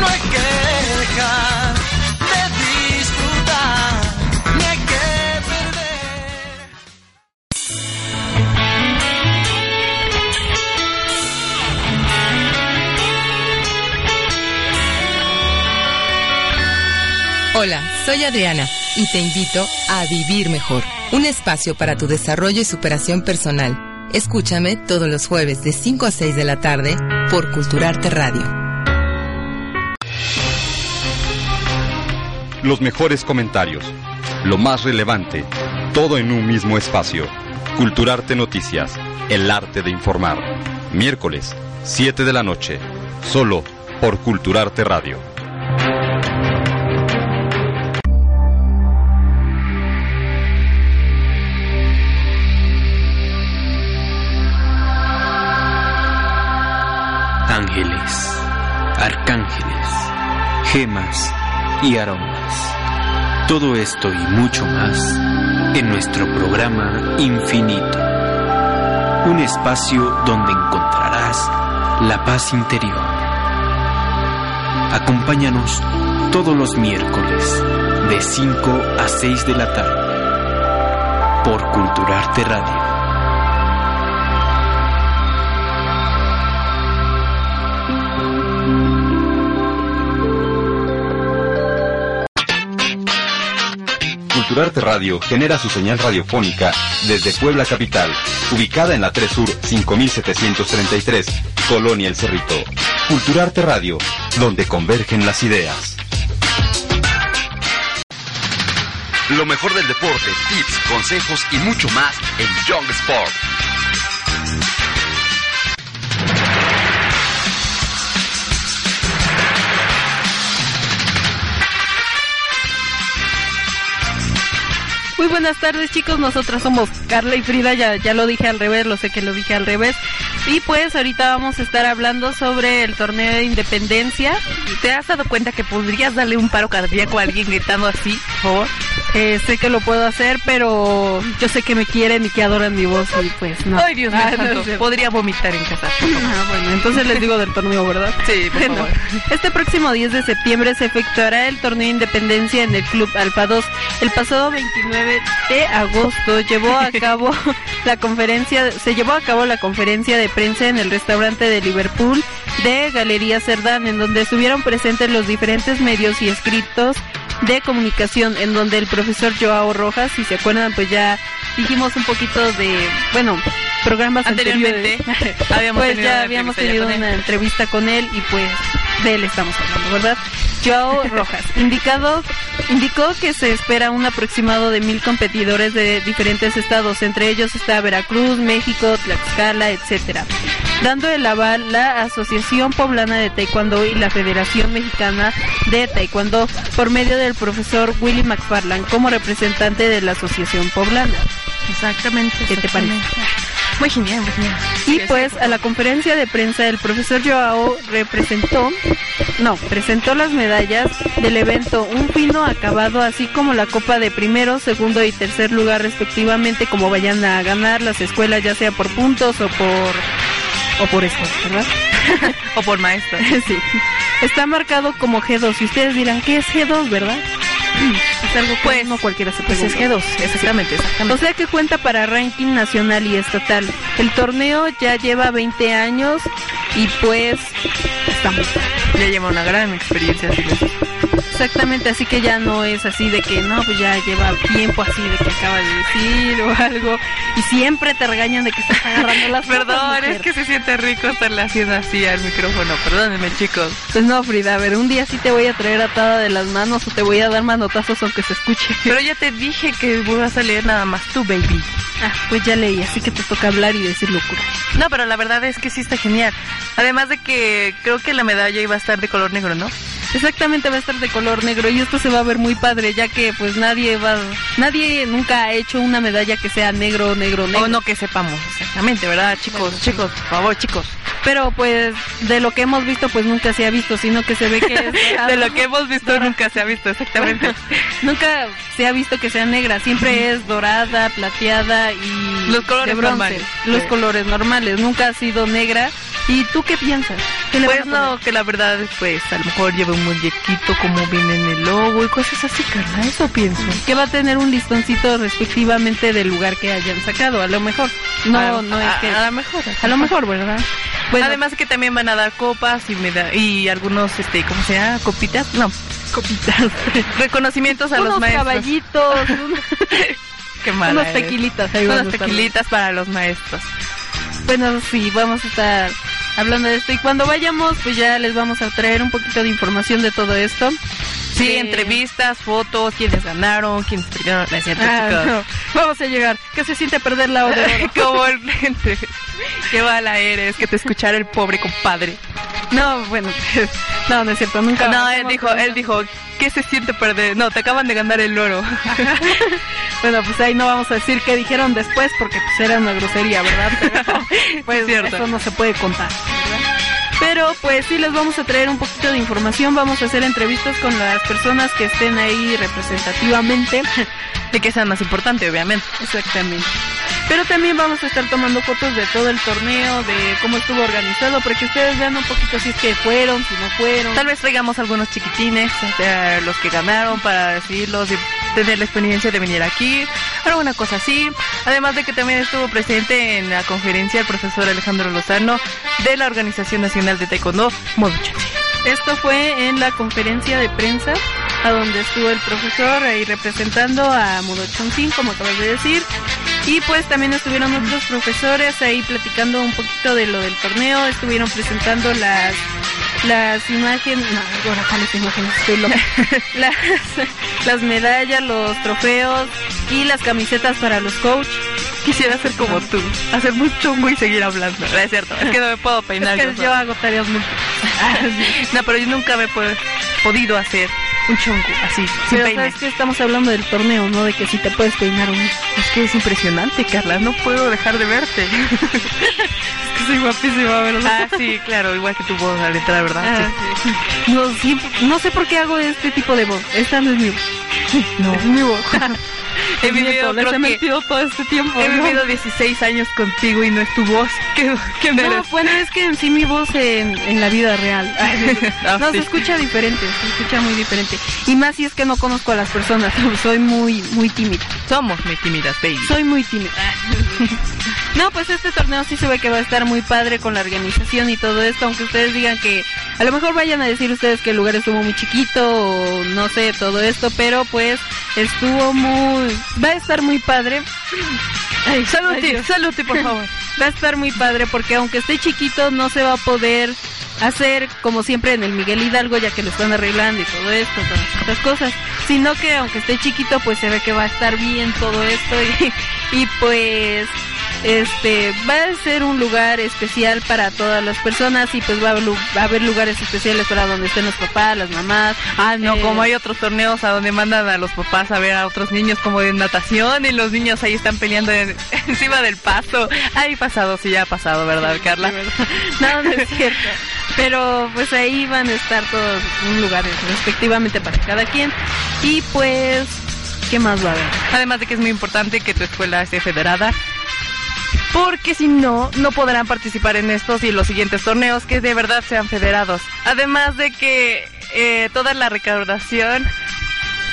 Speaker 6: No hay que dejar de disfrutar, ni hay que perder.
Speaker 11: Hola, soy Adriana y te invito a Vivir Mejor, un espacio para tu desarrollo y superación personal. Escúchame todos los jueves de 5 a 6 de la tarde por Culturarte Radio.
Speaker 1: Los mejores comentarios. Lo más relevante. Todo en un mismo espacio. Culturarte Noticias. El arte de informar. Miércoles, 7 de la noche. Solo por Culturarte Radio.
Speaker 8: ángeles, arcángeles, gemas y aromas. Todo esto y mucho más en nuestro programa Infinito. Un espacio donde encontrarás la paz interior. Acompáñanos todos los miércoles de 5 a 6 de la tarde por Culturarte Radio.
Speaker 1: Culturarte Radio genera su señal radiofónica desde Puebla Capital, ubicada en la 3 Sur 5733, Colonia El Cerrito. Culturarte Radio, donde convergen las ideas. Lo mejor del deporte, tips, consejos y mucho más en Young Sport.
Speaker 2: Muy buenas tardes chicos, nosotras somos Carla y Frida, ya, ya lo dije al revés, lo sé que lo dije al revés.
Speaker 3: Y pues ahorita vamos a estar hablando sobre el torneo de independencia. ¿Te has dado cuenta que podrías darle un paro cardíaco a alguien gritando así, por favor? Eh, sé que lo puedo hacer, pero yo sé que me quieren y que adoran mi voz y pues no.
Speaker 12: Ay, Dios mío,
Speaker 3: Ah, no
Speaker 12: santo.
Speaker 3: sé. podría vomitar en casa. Ah, bueno, entonces les digo del torneo, ¿verdad?
Speaker 12: Sí, por favor.
Speaker 3: Este próximo 10 de septiembre se efectuará el torneo Independencia en el Club Alfa 2. El pasado 29 de agosto llevó a cabo la conferencia, se llevó a cabo la conferencia de prensa en el restaurante de Liverpool de Galería Cerdán, en donde estuvieron presentes los diferentes medios y escritos de comunicación, en donde el profesor Joao Rojas, si se acuerdan, pues ya dijimos un poquito de, bueno, programas
Speaker 12: Anteriormente,
Speaker 3: anteriores.
Speaker 12: habíamos
Speaker 3: pues
Speaker 12: tenido
Speaker 3: ya
Speaker 12: una
Speaker 3: habíamos
Speaker 12: entrevista ya
Speaker 3: tenido
Speaker 12: con él.
Speaker 3: una entrevista con él y pues de él estamos hablando, ¿verdad? Joao Rojas, indicado, indicó que se espera un aproximado de mil competidores de diferentes estados, entre ellos está Veracruz, México, Tlaxcala, etcétera. Dando el aval la Asociación Poblana de Taekwondo y la Federación Mexicana de Taekwondo por medio del profesor Willy McFarland como representante de la Asociación Poblana. Exactamente. ¿Qué te parece? Muy genial, muy genial. Y pues a la conferencia de prensa el profesor Joao representó, no, presentó las medallas del evento, un pino acabado así como la copa de primero, segundo y tercer lugar respectivamente, como vayan a ganar las escuelas ya sea por puntos o por o por esto, ¿verdad?
Speaker 12: O por maestro.
Speaker 3: sí. Está marcado como G2 y ustedes dirán, ¿qué es G2, verdad? Es algo que no cualquiera se
Speaker 12: pues es
Speaker 3: pregunta.
Speaker 12: G2, exactamente, exactamente.
Speaker 3: O sea que cuenta para ranking nacional y estatal. El torneo ya lleva 20 años y pues estamos.
Speaker 12: Ya lleva una gran experiencia. así que-
Speaker 3: Exactamente, así que ya no es así de que no, pues ya lleva tiempo así de que acaba de decir o algo. Y siempre te regañan de que estás agarrando las
Speaker 12: Perdón,
Speaker 3: patas, mujer.
Speaker 12: es que se siente rico estarle haciendo así al micrófono. Perdónenme, chicos.
Speaker 3: Pues no, Frida, a ver, un día sí te voy a traer atada de las manos o te voy a dar manotazos aunque se escuche.
Speaker 12: Pero ya te dije que vas a leer nada más tú, baby.
Speaker 3: Ah, pues ya leí, así que te toca hablar y decir locura.
Speaker 12: No, pero la verdad es que sí está genial. Además de que creo que la medalla iba a estar de color negro, ¿no?
Speaker 3: Exactamente va a estar de color negro y esto se va a ver muy padre ya que pues nadie va nadie nunca ha hecho una medalla que sea negro negro negro.
Speaker 12: O no que sepamos exactamente, ¿verdad? Chicos, chicos, por favor, chicos.
Speaker 3: Pero pues de lo que hemos visto pues nunca se ha visto, sino que se ve que es dorado.
Speaker 12: De lo que hemos visto nunca se ha visto, exactamente.
Speaker 3: nunca se ha visto que sea negra, siempre es dorada, plateada y
Speaker 12: Los colores
Speaker 3: de bronce,
Speaker 12: normales.
Speaker 3: los
Speaker 12: Sí.
Speaker 3: colores normales, nunca ha sido negra. ¿Y tú qué piensas? ¿Qué le
Speaker 12: Pues
Speaker 3: van a poner?
Speaker 12: no, que la verdad, pues a lo mejor lleva un muñequito como viene en el logo y cosas así, carnal, eso pienso.
Speaker 3: Mm, que va a tener un listoncito respectivamente del lugar que hayan sacado, a lo mejor. No,
Speaker 12: A-
Speaker 3: no es
Speaker 12: Ah, a-
Speaker 3: que
Speaker 12: a lo mejor.
Speaker 3: a lo mejor, ¿verdad? Bueno,
Speaker 12: Además que también van a dar copas y meda- y algunos, este, ¿cómo se llama? Copitas, no, copitas. Reconocimientos a los
Speaker 3: unos
Speaker 12: maestros.
Speaker 3: caballitos, unos-
Speaker 12: Qué mala
Speaker 3: unos
Speaker 12: eres.
Speaker 3: tequilitas ahí
Speaker 12: Unos
Speaker 3: vamos a estar.
Speaker 12: tequilitas para los maestros.
Speaker 3: bueno, sí, vamos a estar hablando de esto y cuando vayamos pues ya les vamos a traer un poquito de información de todo esto.
Speaker 12: Sí,
Speaker 3: Eh,
Speaker 12: entrevistas, fotos, quiénes ganaron, quiénes perdieron, no es cierto,
Speaker 3: ah,
Speaker 12: chicos.
Speaker 3: no, Vamos a llegar. ¿Qué se siente perder la hora? de oro?
Speaker 12: Como el- Qué mala eres, que te escuchara el pobre compadre.
Speaker 3: No, bueno, no, no es cierto, nunca.
Speaker 12: No,
Speaker 3: más.
Speaker 12: él dijo, él dijo, ¿qué se siente perder? No, te acaban de ganar el oro.
Speaker 3: Bueno, pues ahí no vamos a decir qué dijeron después porque pues era una grosería, ¿verdad? Pero, pues
Speaker 12: Es cierto.
Speaker 3: eso no se puede contar. ¿verdad? Pero pues sí les vamos a traer un poquito de información, vamos a hacer entrevistas con las personas que estén ahí representativamente.
Speaker 12: De que sea más importante, obviamente.
Speaker 3: Exactamente. Pero también vamos a estar tomando fotos de todo el torneo, de cómo estuvo organizado, para que ustedes vean un poquito si es que fueron, si no fueron.
Speaker 12: Tal vez traigamos algunos chiquitines, o sea, los que ganaron, para decirlos y tener la experiencia de venir aquí, alguna cosa así. Además de que también estuvo presente en la conferencia el profesor Alejandro Lozano de la Organización Nacional de Taekwondo, Moducha.
Speaker 3: Esto fue en la conferencia de prensa a donde estuvo el profesor ahí representando a Modochonsin, como acabas de decir. Y pues también estuvieron otros profesores ahí platicando un poquito de lo del torneo, estuvieron presentando las las imágenes, no, ahora cuáles imágenes, estoy loca. las, las medallas, los trofeos y las camisetas para los coach.
Speaker 12: Quisiera ser como tú, hacer muy chungo y seguir hablando. No, es cierto, es que no me puedo
Speaker 3: Es
Speaker 12: peinar.
Speaker 3: que yo
Speaker 12: yo
Speaker 3: Ah,
Speaker 12: sola.
Speaker 3: hago tareas muy
Speaker 12: no, pero yo nunca me he pod- podido hacer Un chongo, así, sin
Speaker 13: Pero,
Speaker 12: peine.
Speaker 13: ¿sabes
Speaker 12: que estamos hablando del torneo, ¿no? De que si te puedes peinar o
Speaker 13: Es que es impresionante, Carla, no puedo dejar de verte. es que soy guapísima, ¿verdad? Ah, sí, claro, igual que tu voz al entrar, ¿verdad?
Speaker 12: Ah,
Speaker 13: Sí.
Speaker 12: No, sí, no sé por qué hago este tipo de voz. Esta no es mi voz. No. Es mi voz.
Speaker 13: He vivido, creo
Speaker 12: he
Speaker 13: que
Speaker 12: mentido todo este tiempo.
Speaker 13: he
Speaker 12: ¿no?
Speaker 13: vivido 16 años contigo y no es tu voz. ¿Qué, qué me
Speaker 12: No,
Speaker 13: eres?
Speaker 12: bueno, es que en sí mi voz en, en la vida real.
Speaker 13: Ah,
Speaker 12: No,
Speaker 13: sí.
Speaker 12: se escucha diferente, se escucha muy diferente. Y más si es que no conozco a las personas, soy muy, muy tímida.
Speaker 13: Somos muy tímidas, baby.
Speaker 12: Soy muy tímida. No, pues este torneo sí se ve que va a estar muy padre con la organización y todo esto, aunque ustedes digan que a lo mejor vayan a decir ustedes que el lugar estuvo muy chiquito o no sé, todo esto, pero pues estuvo muy... va a estar muy padre. Ay,
Speaker 13: salute,
Speaker 12: Dios.
Speaker 13: salute, por favor.
Speaker 12: Va a estar muy padre porque aunque esté chiquito no se va a poder hacer como siempre en el Miguel Hidalgo ya que lo están arreglando y todo esto, todas estas cosas, sino que aunque esté chiquito pues se ve que va a estar bien todo esto y, y pues este va a ser un lugar especial para todas las personas y pues va a, lu- va a haber lugares especiales para donde estén los papás, las mamás.
Speaker 13: Ah, no,
Speaker 12: eh,
Speaker 13: como hay otros torneos a donde mandan a los papás a ver a otros niños como de natación y los niños ahí están peleando en- encima del pasto. Ahí pasado, sí, ya ha pasado, ¿verdad, Carla?
Speaker 12: No, no es cierto. Pero pues ahí van a estar todos los lugares respectivamente para cada quien. Y pues, ¿qué más va a haber?
Speaker 13: Además de que es muy importante que tu escuela esté federada. Porque si no, no podrán participar en estos y los siguientes torneos que de verdad sean federados. Además de que eh, toda la recaudación,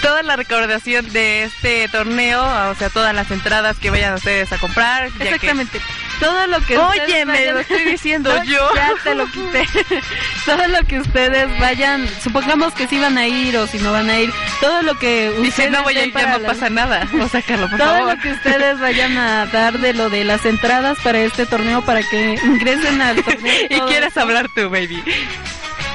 Speaker 13: toda la recaudación de este torneo, o sea, todas las entradas que vayan ustedes a comprar. ya que-
Speaker 12: Exactamente. Todo lo que ustedes
Speaker 13: Óyeme,
Speaker 12: vayan-
Speaker 13: lo estoy diciendo
Speaker 12: No,
Speaker 13: yo.
Speaker 12: Ya te lo quité. todo lo que ustedes vayan, supongamos que si van a ir o si no van a ir, todo lo que ustedes
Speaker 13: Dice, no voy a
Speaker 12: den
Speaker 13: ir,
Speaker 12: para
Speaker 13: ya no
Speaker 12: la-
Speaker 13: pasa nada. O sea, Carla, por
Speaker 12: todo
Speaker 13: favor.
Speaker 12: lo que ustedes vayan a dar de lo de las entradas para este torneo para que ingresen al torneo
Speaker 13: Y quieras hablar tú, baby.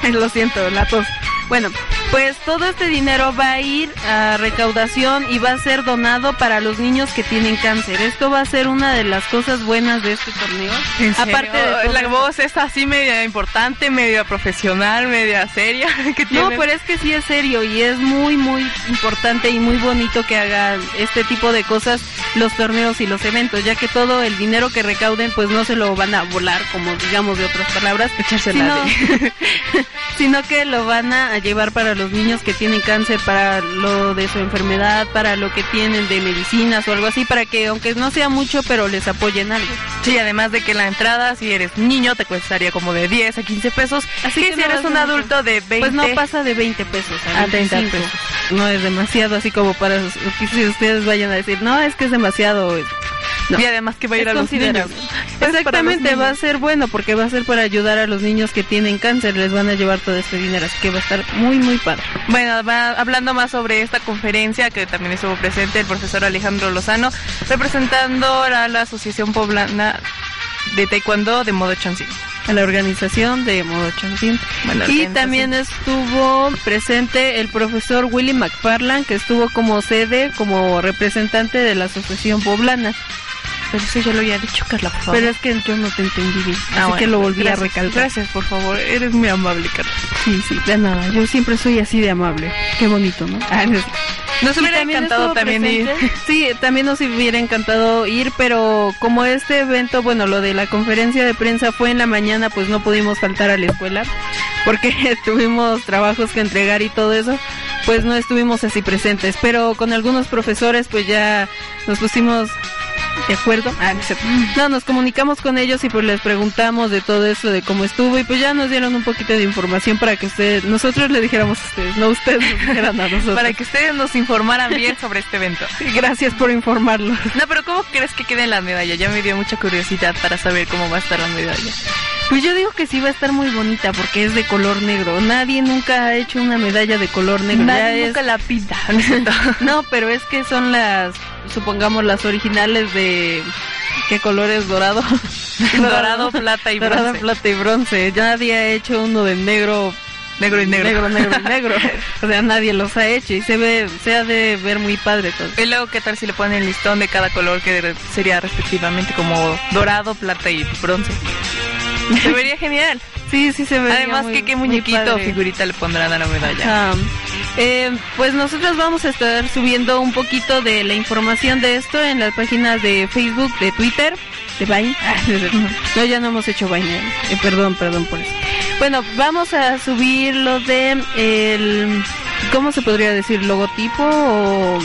Speaker 12: Lo siento, la tos. Bueno, pues todo este dinero va a ir a recaudación y va a ser donado para los niños que tienen cáncer. Esto va a ser una de las cosas buenas de este torneo. Aparte de todo
Speaker 13: la
Speaker 12: esto-
Speaker 13: voz está así media importante, media profesional, media seria que
Speaker 12: No,
Speaker 13: tiene.
Speaker 12: pero es que sí es serio y es muy, muy importante y muy bonito que hagan este tipo de cosas los torneos y los eventos, ya que todo el dinero que recauden pues no se lo van a volar, como digamos de otras palabras,
Speaker 13: Echársela
Speaker 12: sino, sino que lo van a llevar para los niños que tienen cáncer, para lo de su enfermedad, para lo que tienen de medicinas o algo así, para que aunque no sea mucho, pero les apoyen algo.
Speaker 13: Sí, además de que la entrada, si eres niño, te costaría como de 10 a 15 pesos. Así que, si eres un adulto de 20...
Speaker 12: Pues no pasa Ah, de 20 pesos a,
Speaker 13: A 30
Speaker 12: 25. No es demasiado así como para sus- que si ustedes vayan a decir, no, es que es demasiado. No.
Speaker 13: Y además que va a ir a
Speaker 12: Es
Speaker 13: los niños.
Speaker 12: considerable.
Speaker 13: para los
Speaker 12: Exactamente, va a
Speaker 13: niños.
Speaker 12: ser bueno porque va a ser para ayudar a los niños que tienen cáncer, les van a llevar todo este dinero, así que va a estar muy, muy padre.
Speaker 13: Bueno, va- hablando más sobre esta conferencia que también estuvo presente el profesor Alejandro Lozano, representando a la Asociación Poblana de Taekwondo de modo chansi.
Speaker 12: A la organización de Modo Chantín.
Speaker 13: Bueno,
Speaker 12: y
Speaker 13: organización.
Speaker 12: también estuvo presente el profesor Willy McFarland, que estuvo como sede, como representante de la Asociación Poblana.
Speaker 13: Pero eso ya lo había dicho, Carla, por favor. Ah,
Speaker 12: Pero es que yo no te entendí bien, así que lo volví a recalcar.
Speaker 13: Gracias, por favor. Eres muy amable, Carla.
Speaker 12: Sí, sí, de nada. Yo siempre soy así de amable. Qué bonito, ¿no? Ah, no es-
Speaker 13: Nos
Speaker 12: Y
Speaker 13: hubiera encantado
Speaker 12: estuvo
Speaker 13: también ir.
Speaker 12: presente- Sí, también nos hubiera encantado ir, pero como este evento, bueno, lo de la conferencia de prensa fue en la mañana, pues no pudimos faltar a la escuela porque tuvimos trabajos que entregar y todo eso, pues no estuvimos así presentes. Pero con algunos profesores, pues ya nos pusimos de acuerdo. Ah, no, es cierto. No, nos comunicamos con ellos y pues les preguntamos de todo eso, de cómo estuvo y pues ya nos dieron un poquito de información para que ustedes, nosotros le dijéramos a ustedes, no ustedes nos dijeran a nosotros.
Speaker 13: Para que ustedes nos informaran bien sobre este evento.
Speaker 12: Gracias por informarlo.
Speaker 13: No, pero ¿cómo crees que quede la medalla? Ya me dio mucha curiosidad para saber cómo va a estar la medalla.
Speaker 12: Pues yo digo que sí va a estar muy bonita porque es de color negro. Nadie nunca ha hecho una medalla de color negro.
Speaker 13: Nadie
Speaker 12: Ya
Speaker 13: nunca
Speaker 12: es-
Speaker 13: la pinta.
Speaker 12: no, pero es que son las, supongamos, las originales de... ¿Qué color es dorado?
Speaker 13: Dorado, plata y
Speaker 12: Dorado,
Speaker 13: bronce.
Speaker 12: plata y bronce. Ya nadie ha hecho uno de negro...
Speaker 13: Negro y negro.
Speaker 12: Negro, negro, y negro. O sea, nadie los ha hecho y se ve, se ha de ver muy padre todo.
Speaker 13: Y luego, ¿qué tal si le ponen el listón de cada color que re- sería respectivamente como dorado, plata y bronce? Se vería genial.
Speaker 12: Sí, sí se ve.
Speaker 13: Además, que
Speaker 12: muy-
Speaker 13: qué
Speaker 12: muy
Speaker 13: muñequito o
Speaker 12: padre.
Speaker 13: figurita le pondrán a la medalla.
Speaker 12: Ajá. Eh, pues nosotros vamos a estar subiendo un poquito de la información de esto en las páginas de Facebook, de Twitter, de Vine. Ah, no es cierto. no, ya no hemos hecho Vine. eh. Eh, perdón, perdón por eso. Bueno, vamos a subir lo de el... ¿Cómo se podría decir? ¿Logotipo o...?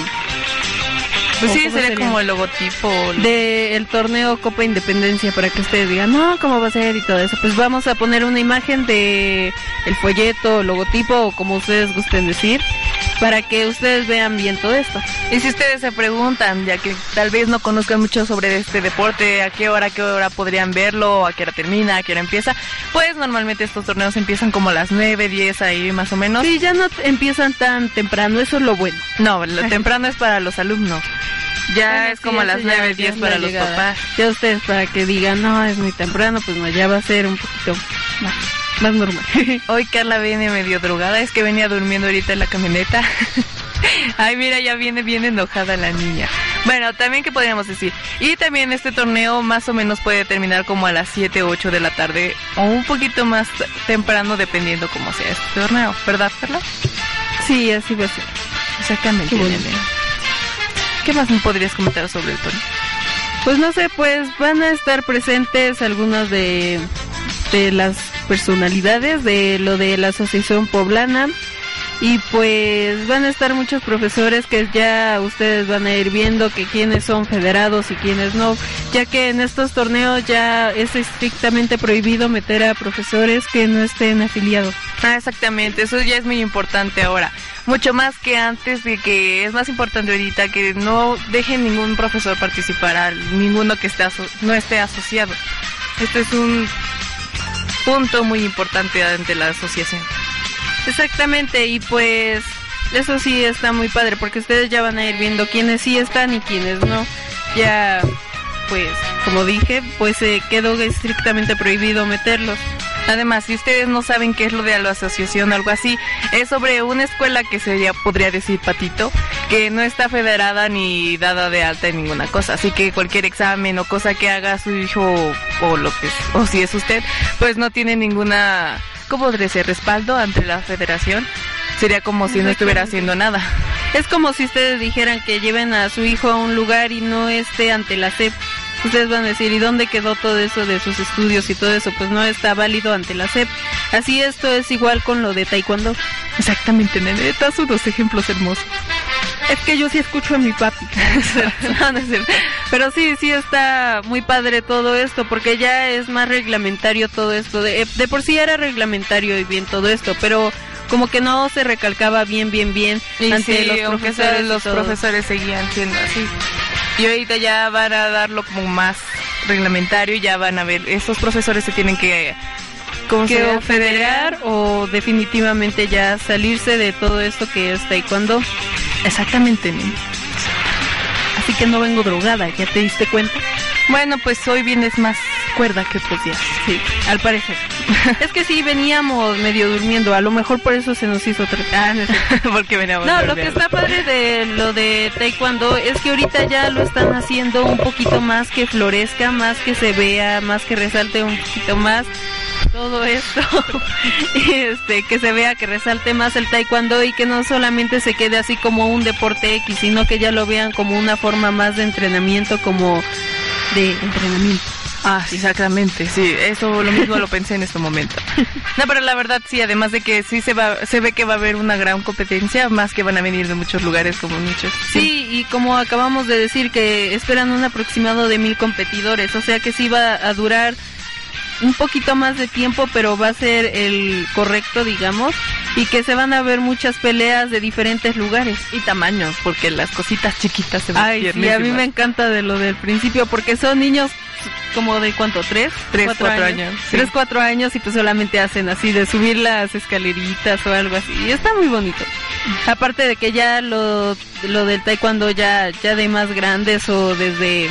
Speaker 13: Pues
Speaker 12: o
Speaker 13: sí,
Speaker 12: cómo
Speaker 13: sería
Speaker 12: sería?
Speaker 13: como el logotipo.
Speaker 12: del torneo Copa Independencia para que ustedes digan, no, ¿cómo va a ser? Y todo eso. Pues vamos a poner una imagen de el folleto, logotipo o como ustedes gusten decir, para que ustedes vean bien todo esto.
Speaker 13: Y si ustedes se preguntan, ya que tal vez no conozcan mucho sobre este deporte, a qué hora, a qué hora podrían verlo, a qué hora termina, a qué hora empieza, pues normalmente estos torneos empiezan como a las 9, 10 ahí más o menos.
Speaker 12: Sí, ya no t- empiezan tan temprano, eso es lo bueno.
Speaker 13: No, lo temprano es para los alumnos. Ya
Speaker 12: Bueno,
Speaker 13: es
Speaker 12: sí,
Speaker 13: como a
Speaker 12: eso
Speaker 13: las
Speaker 12: ya-
Speaker 13: 9,
Speaker 12: ya
Speaker 13: 10
Speaker 12: es la
Speaker 13: para los
Speaker 12: llegada.
Speaker 13: papás.
Speaker 12: Ya ustedes para que digan, no, es muy temprano, pues no, ya va a ser un poquito más, más normal.
Speaker 13: Hoy Carla viene medio drogada, es que venía durmiendo ahorita en la camioneta. Ay, mira, ya viene bien enojada la niña. Bueno, también que podríamos decir. Y también este torneo más o menos puede terminar como a las 7, 8 de la tarde o un poquito más temprano dependiendo cómo sea este torneo, ¿verdad, Carla?
Speaker 12: Sí, así va a ser.
Speaker 13: Exactamente.
Speaker 12: Qué bonito.
Speaker 13: Elena. ¿Qué más me podrías comentar sobre el torneo?
Speaker 12: Pues no sé, pues van a estar presentes algunas de, de las personalidades de lo de la Asociación Poblana y pues van a estar muchos profesores que ya ustedes van a ir viendo que quiénes son federados y quiénes no, ya que en estos torneos ya es estrictamente prohibido meter a profesores que no estén afiliados.
Speaker 13: Ah, exactamente, eso ya es muy importante ahora. Mucho más que antes de que es más importante ahorita que no dejen ningún profesor participar, a ninguno que esté aso- no esté asociado. Este es un punto muy importante ante la asociación.
Speaker 12: Exactamente, y pues eso sí está muy padre, porque ustedes ya van a ir viendo quiénes sí están y quiénes no. Ya, pues, como dije, pues eh, quedó estrictamente prohibido meterlos.
Speaker 13: Además, si ustedes no saben qué es lo de la asociación o algo así, es sobre una escuela que sería, podría decir patito, que no está federada ni dada de alta en ninguna cosa. Así que cualquier examen o cosa que haga su hijo o lo que es- o si es usted, pues no tiene ninguna, ¿cómo podría ser? Respaldo ante la federación. Sería como si no estuviera haciendo nada.
Speaker 12: Es como si ustedes dijeran que lleven a su hijo a un lugar y no esté ante la SEP. Ustedes van a decir, ¿y dónde quedó todo eso de sus estudios y todo eso? Pues no está válido ante la SEP. Así esto es igual con lo de Taekwondo.
Speaker 13: Exactamente, nene. Estás unos ejemplos hermosos.
Speaker 12: Es que yo sí escucho a mi papi. No, no es cierto. Pero sí, sí está muy padre todo esto, porque ya es más reglamentario todo esto. De, de por sí era reglamentario y bien todo esto, pero como que no se recalcaba bien, bien, bien
Speaker 13: Y
Speaker 12: ante
Speaker 13: sí,
Speaker 12: los
Speaker 13: aunque sea,
Speaker 12: profesores. y
Speaker 13: los
Speaker 12: todo.
Speaker 13: profesores seguían siendo así. Y ahorita ya van a darlo como más reglamentario y ya van a ver, estos profesores se tienen que... ¿Cómo
Speaker 12: que
Speaker 13: se llama?
Speaker 12: o federar o definitivamente ya salirse de todo esto que es taekwondo.
Speaker 13: Exactamente, nene.
Speaker 12: Así que no vengo drogada, ¿ya te diste cuenta?
Speaker 13: Bueno, pues hoy vienes más cuerda que otros días.
Speaker 12: Sí, al parecer. es que sí, veníamos medio durmiendo, a lo mejor por eso se nos hizo... tra- Ah, no es cierto.
Speaker 13: Porque veníamos
Speaker 12: No,
Speaker 13: de
Speaker 12: lo
Speaker 13: ver.
Speaker 12: que está padre de lo de Taekwondo es que ahorita ya lo están haciendo un poquito más que florezca, más que se vea, más que resalte un poquito más todo esto. Y, este, que se vea, que resalte más el Taekwondo y que no solamente se quede así como un deporte X, sino que ya lo vean como una forma más de entrenamiento, como de entrenamiento.
Speaker 13: Ah, sí, exactamente, sí, eso lo mismo lo pensé en este momento. No, pero la verdad sí, además de que sí se va, se ve que va a haber una gran competencia, más que van a venir de muchos lugares como muchos.
Speaker 12: Sí, y como acabamos de decir que esperan un aproximado de mil competidores, o sea que sí va a durar un poquito más de tiempo, pero va a ser el correcto, digamos, y que se van a ver muchas peleas de diferentes lugares.
Speaker 13: Y tamaños, porque las cositas chiquitas se ven
Speaker 12: Ay, sí, a mí me
Speaker 13: tiernísimas.
Speaker 12: encanta de lo del principio, porque son niños como de cuánto, tres,
Speaker 13: Tres, cuatro años, sí.
Speaker 12: tres, cuatro años y pues solamente hacen así de subir las escaleritas o algo así. Y está muy bonito. Aparte de que ya lo, lo del taekwondo ya, ya de más grandes o desde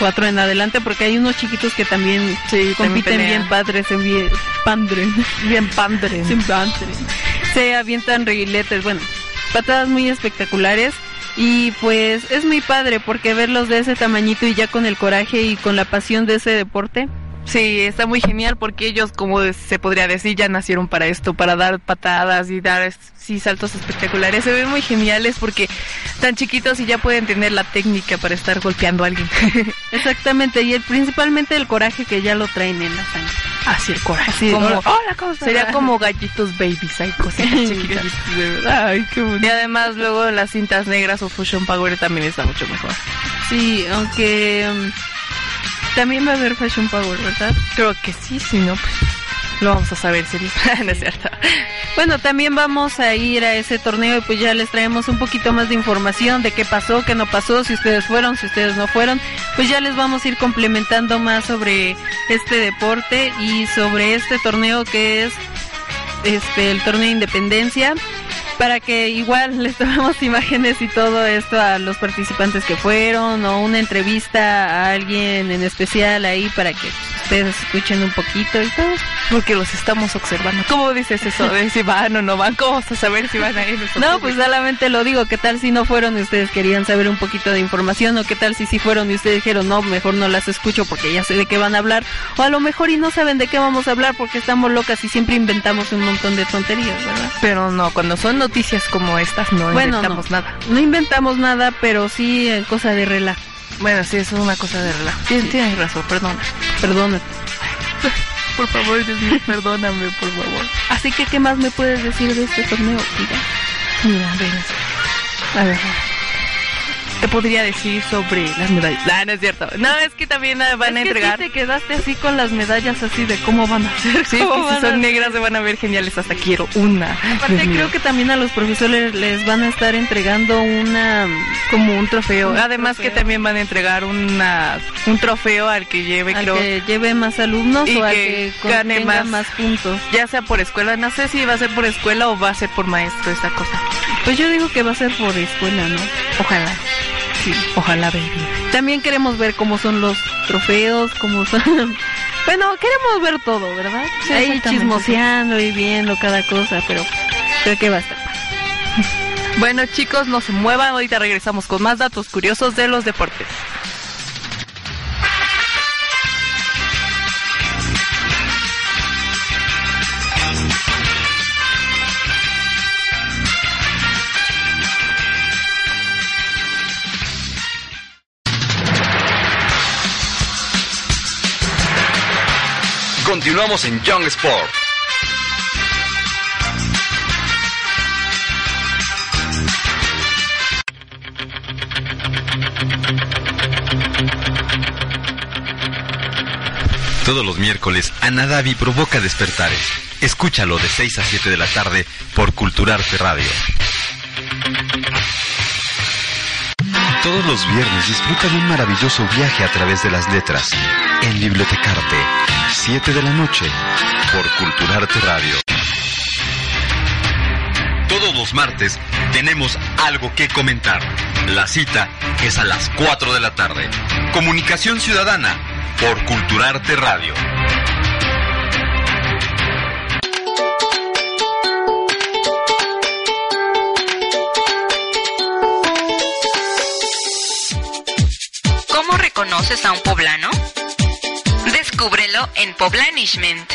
Speaker 12: cuatro en adelante, porque hay unos chiquitos que también compiten
Speaker 13: pelean.
Speaker 12: bien padres, en bien pandren,
Speaker 13: bien pandren.
Speaker 12: Bien pandren. Se avientan reguiletes, bueno, patadas muy espectaculares. Y pues es muy padre porque verlos de ese tamañito y ya con el coraje y con la pasión de ese deporte,
Speaker 13: Sí, está muy genial porque ellos, como se podría decir, ya nacieron para esto, para dar patadas y dar sí, saltos espectaculares. Se ven muy geniales porque tan chiquitos y ya pueden tener la técnica para estar golpeando a alguien.
Speaker 12: Exactamente, y el, principalmente el coraje que ya lo traen en la sangre.
Speaker 13: Así el coraje.
Speaker 12: Así,
Speaker 13: como-
Speaker 12: hola, hola, ¿cómo estás?
Speaker 13: Sería como gallitos babies, hay cositas chiquitas. Ay, qué bonito. Y además luego las cintas negras o Fusion Power también está mucho mejor.
Speaker 12: Sí, aunque mm, también va a haber Fashion Power, ¿verdad?
Speaker 13: Creo que sí, si no, pues lo vamos a saber, series. no es cierto.
Speaker 12: Bueno, también vamos a ir a ese torneo y pues ya les traemos un poquito más de información de qué pasó, qué no pasó, si ustedes fueron, si ustedes no fueron. Pues ya les vamos a ir complementando más sobre este deporte y sobre este torneo que es este el torneo de Independencia para que igual les tomemos imágenes y todo esto a los participantes que fueron o una entrevista a alguien en especial ahí para que ustedes escuchen un poquito y todo
Speaker 13: porque los estamos observando. ¿Cómo dices eso? De si van o no van, ¿cómo vas a saber si van a ir?
Speaker 12: No, pues solamente lo digo, ¿qué tal si no fueron y ustedes querían saber un poquito de información? ¿O qué tal si sí fueron y ustedes dijeron, no, mejor no las escucho porque ya sé de qué van a hablar? O a lo mejor y no saben de qué vamos a hablar porque estamos locas y siempre inventamos un montón de tonterías, ¿verdad?
Speaker 13: Pero no, cuando son noticias como estas no
Speaker 12: Bueno,
Speaker 13: inventamos nada.
Speaker 12: No inventamos nada, pero sí eh, cosa de relajo.
Speaker 13: Bueno, sí, eso es una cosa de relajo. Tien- Tienes, razón, perdona.
Speaker 12: Perdónate.
Speaker 13: Por favor, Dios mío, perdóname, por favor.
Speaker 12: Así que, ¿qué más me puedes decir de este torneo? Mira.
Speaker 13: Mira, ven. A ver. Te podría decir sobre las medallas. Ah, No, no es cierto. No, es que también eh, van a entregar.
Speaker 12: te quedaste así con las medallas así de cómo van a ser.
Speaker 13: Sí, que si son negras se van a ver geniales. Hasta quiero una. Dios
Speaker 12: Aparte
Speaker 13: mío.
Speaker 12: creo que también a los profesores les van a estar entregando una como un trofeo.
Speaker 13: Además que también van a entregar una, un trofeo al que lleve,
Speaker 12: al
Speaker 13: creo,
Speaker 12: que lleve más alumnos
Speaker 13: y
Speaker 12: o al
Speaker 13: que
Speaker 12: que,
Speaker 13: gane más.
Speaker 12: más. más puntos.
Speaker 13: ya sea por escuela, no sé si va a ser por escuela o va a ser por maestro esta cosa.
Speaker 12: Pues yo digo que va a ser por escuela, ¿no?
Speaker 13: Ojalá. Sí, ojalá, baby.
Speaker 12: También queremos ver cómo son los trofeos, cómo son. bueno, queremos ver todo, ¿verdad?
Speaker 13: Sí,
Speaker 12: Ahí
Speaker 13: exactamente.
Speaker 12: chismoseando y viendo cada cosa, pero creo que basta.
Speaker 13: Bueno, chicos, no se muevan. Ahorita regresamos con más datos curiosos de los deportes.
Speaker 1: Continuamos en Young Sport. Todos los miércoles, Anadavi provoca despertares. Escúchalo de 6 a 7 de la tarde por Culturarte Radio. Todos los viernes disfruta de un maravilloso viaje a través de las letras. En Bibliotecarte, 7 de la noche, por Culturarte Radio. Todos los martes tenemos algo que comentar. La cita es a las 4 de la tarde. Comunicación Ciudadana, por Culturarte Radio.
Speaker 7: ¿Cómo reconoces a un poblano? Descúbrelo en Poblanishment.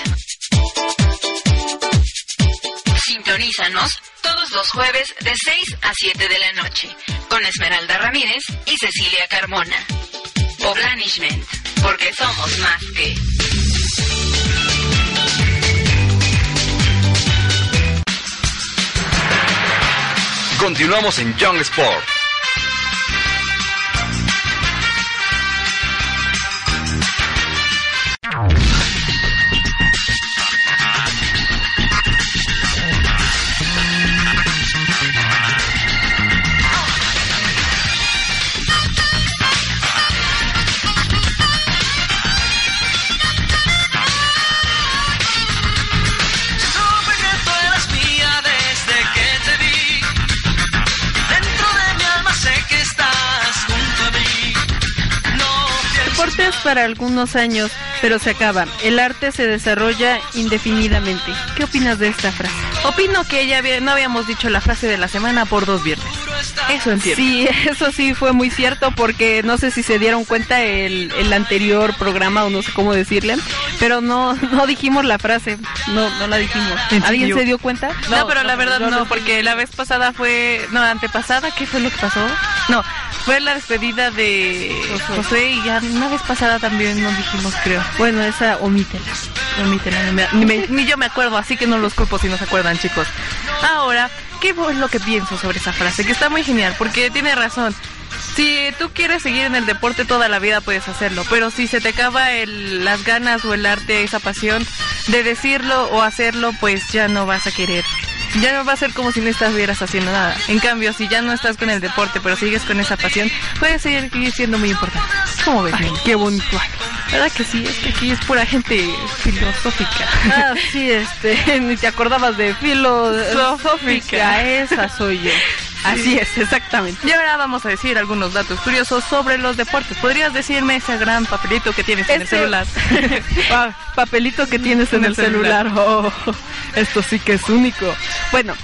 Speaker 7: Sintonízanos todos los jueves de 6 a 7 de la noche con Esmeralda Ramírez y Cecilia Carmona. Poblanishment, porque somos más que.
Speaker 1: Continuamos en Young Sport.
Speaker 6: Supe que tú eras mía desde que te vi. Dentro de mi alma sé que estás junto a mí. No
Speaker 12: Deportes para algunos años, pero se acaba. El arte se desarrolla indefinidamente. ¿Qué opinas de esta frase?
Speaker 13: Opino que ya había- no habíamos dicho la frase de la semana por dos viernes.
Speaker 12: Eso entiendo.
Speaker 3: Sí, eso sí fue muy cierto porque no sé si se dieron cuenta el, el anterior programa o no sé cómo decirle, pero no no dijimos la frase, no no la dijimos. ¿Alguien se dio cuenta?
Speaker 12: No, pero la verdad no, porque la vez pasada fue, no, antepasada, ¿qué fue lo que pasó? No, fue la despedida de José, y ya una vez pasada también nos dijimos, creo.
Speaker 3: Bueno, esa omítela.
Speaker 12: Omítela, ni, me- ni me- ni yo me acuerdo, así que no los culpo si no se acuerdan, chicos. Ahora, ¿qué es lo que pienso sobre esa frase? Que está muy genial, porque tiene razón. Si tú quieres seguir en el deporte toda la vida puedes hacerlo, pero si se te acaba el- las ganas o el arte, esa pasión de decirlo o hacerlo, pues ya no vas a querer. Ya no va a ser como si no estuvieras haciendo nada. En cambio, si ya no estás con el deporte, pero sigues con esa pasión, puedes seguir siendo muy importante. ¿Cómo ves? Ay, qué bonito. ¿Verdad que sí? Es que aquí es pura gente filosófica.
Speaker 3: Ah, sí, este, ni te acordabas de filosófica, esa soy yo. Así es, exactamente.
Speaker 12: Y ahora vamos a decir algunos datos curiosos sobre los deportes. ¿Podrías decirme ese gran papelito que tienes en el
Speaker 3: Este-
Speaker 12: celular?
Speaker 3: Pa- papelito que tienes en,
Speaker 12: En
Speaker 3: el,
Speaker 12: el
Speaker 3: celular. Oh, esto sí que es único. Bueno,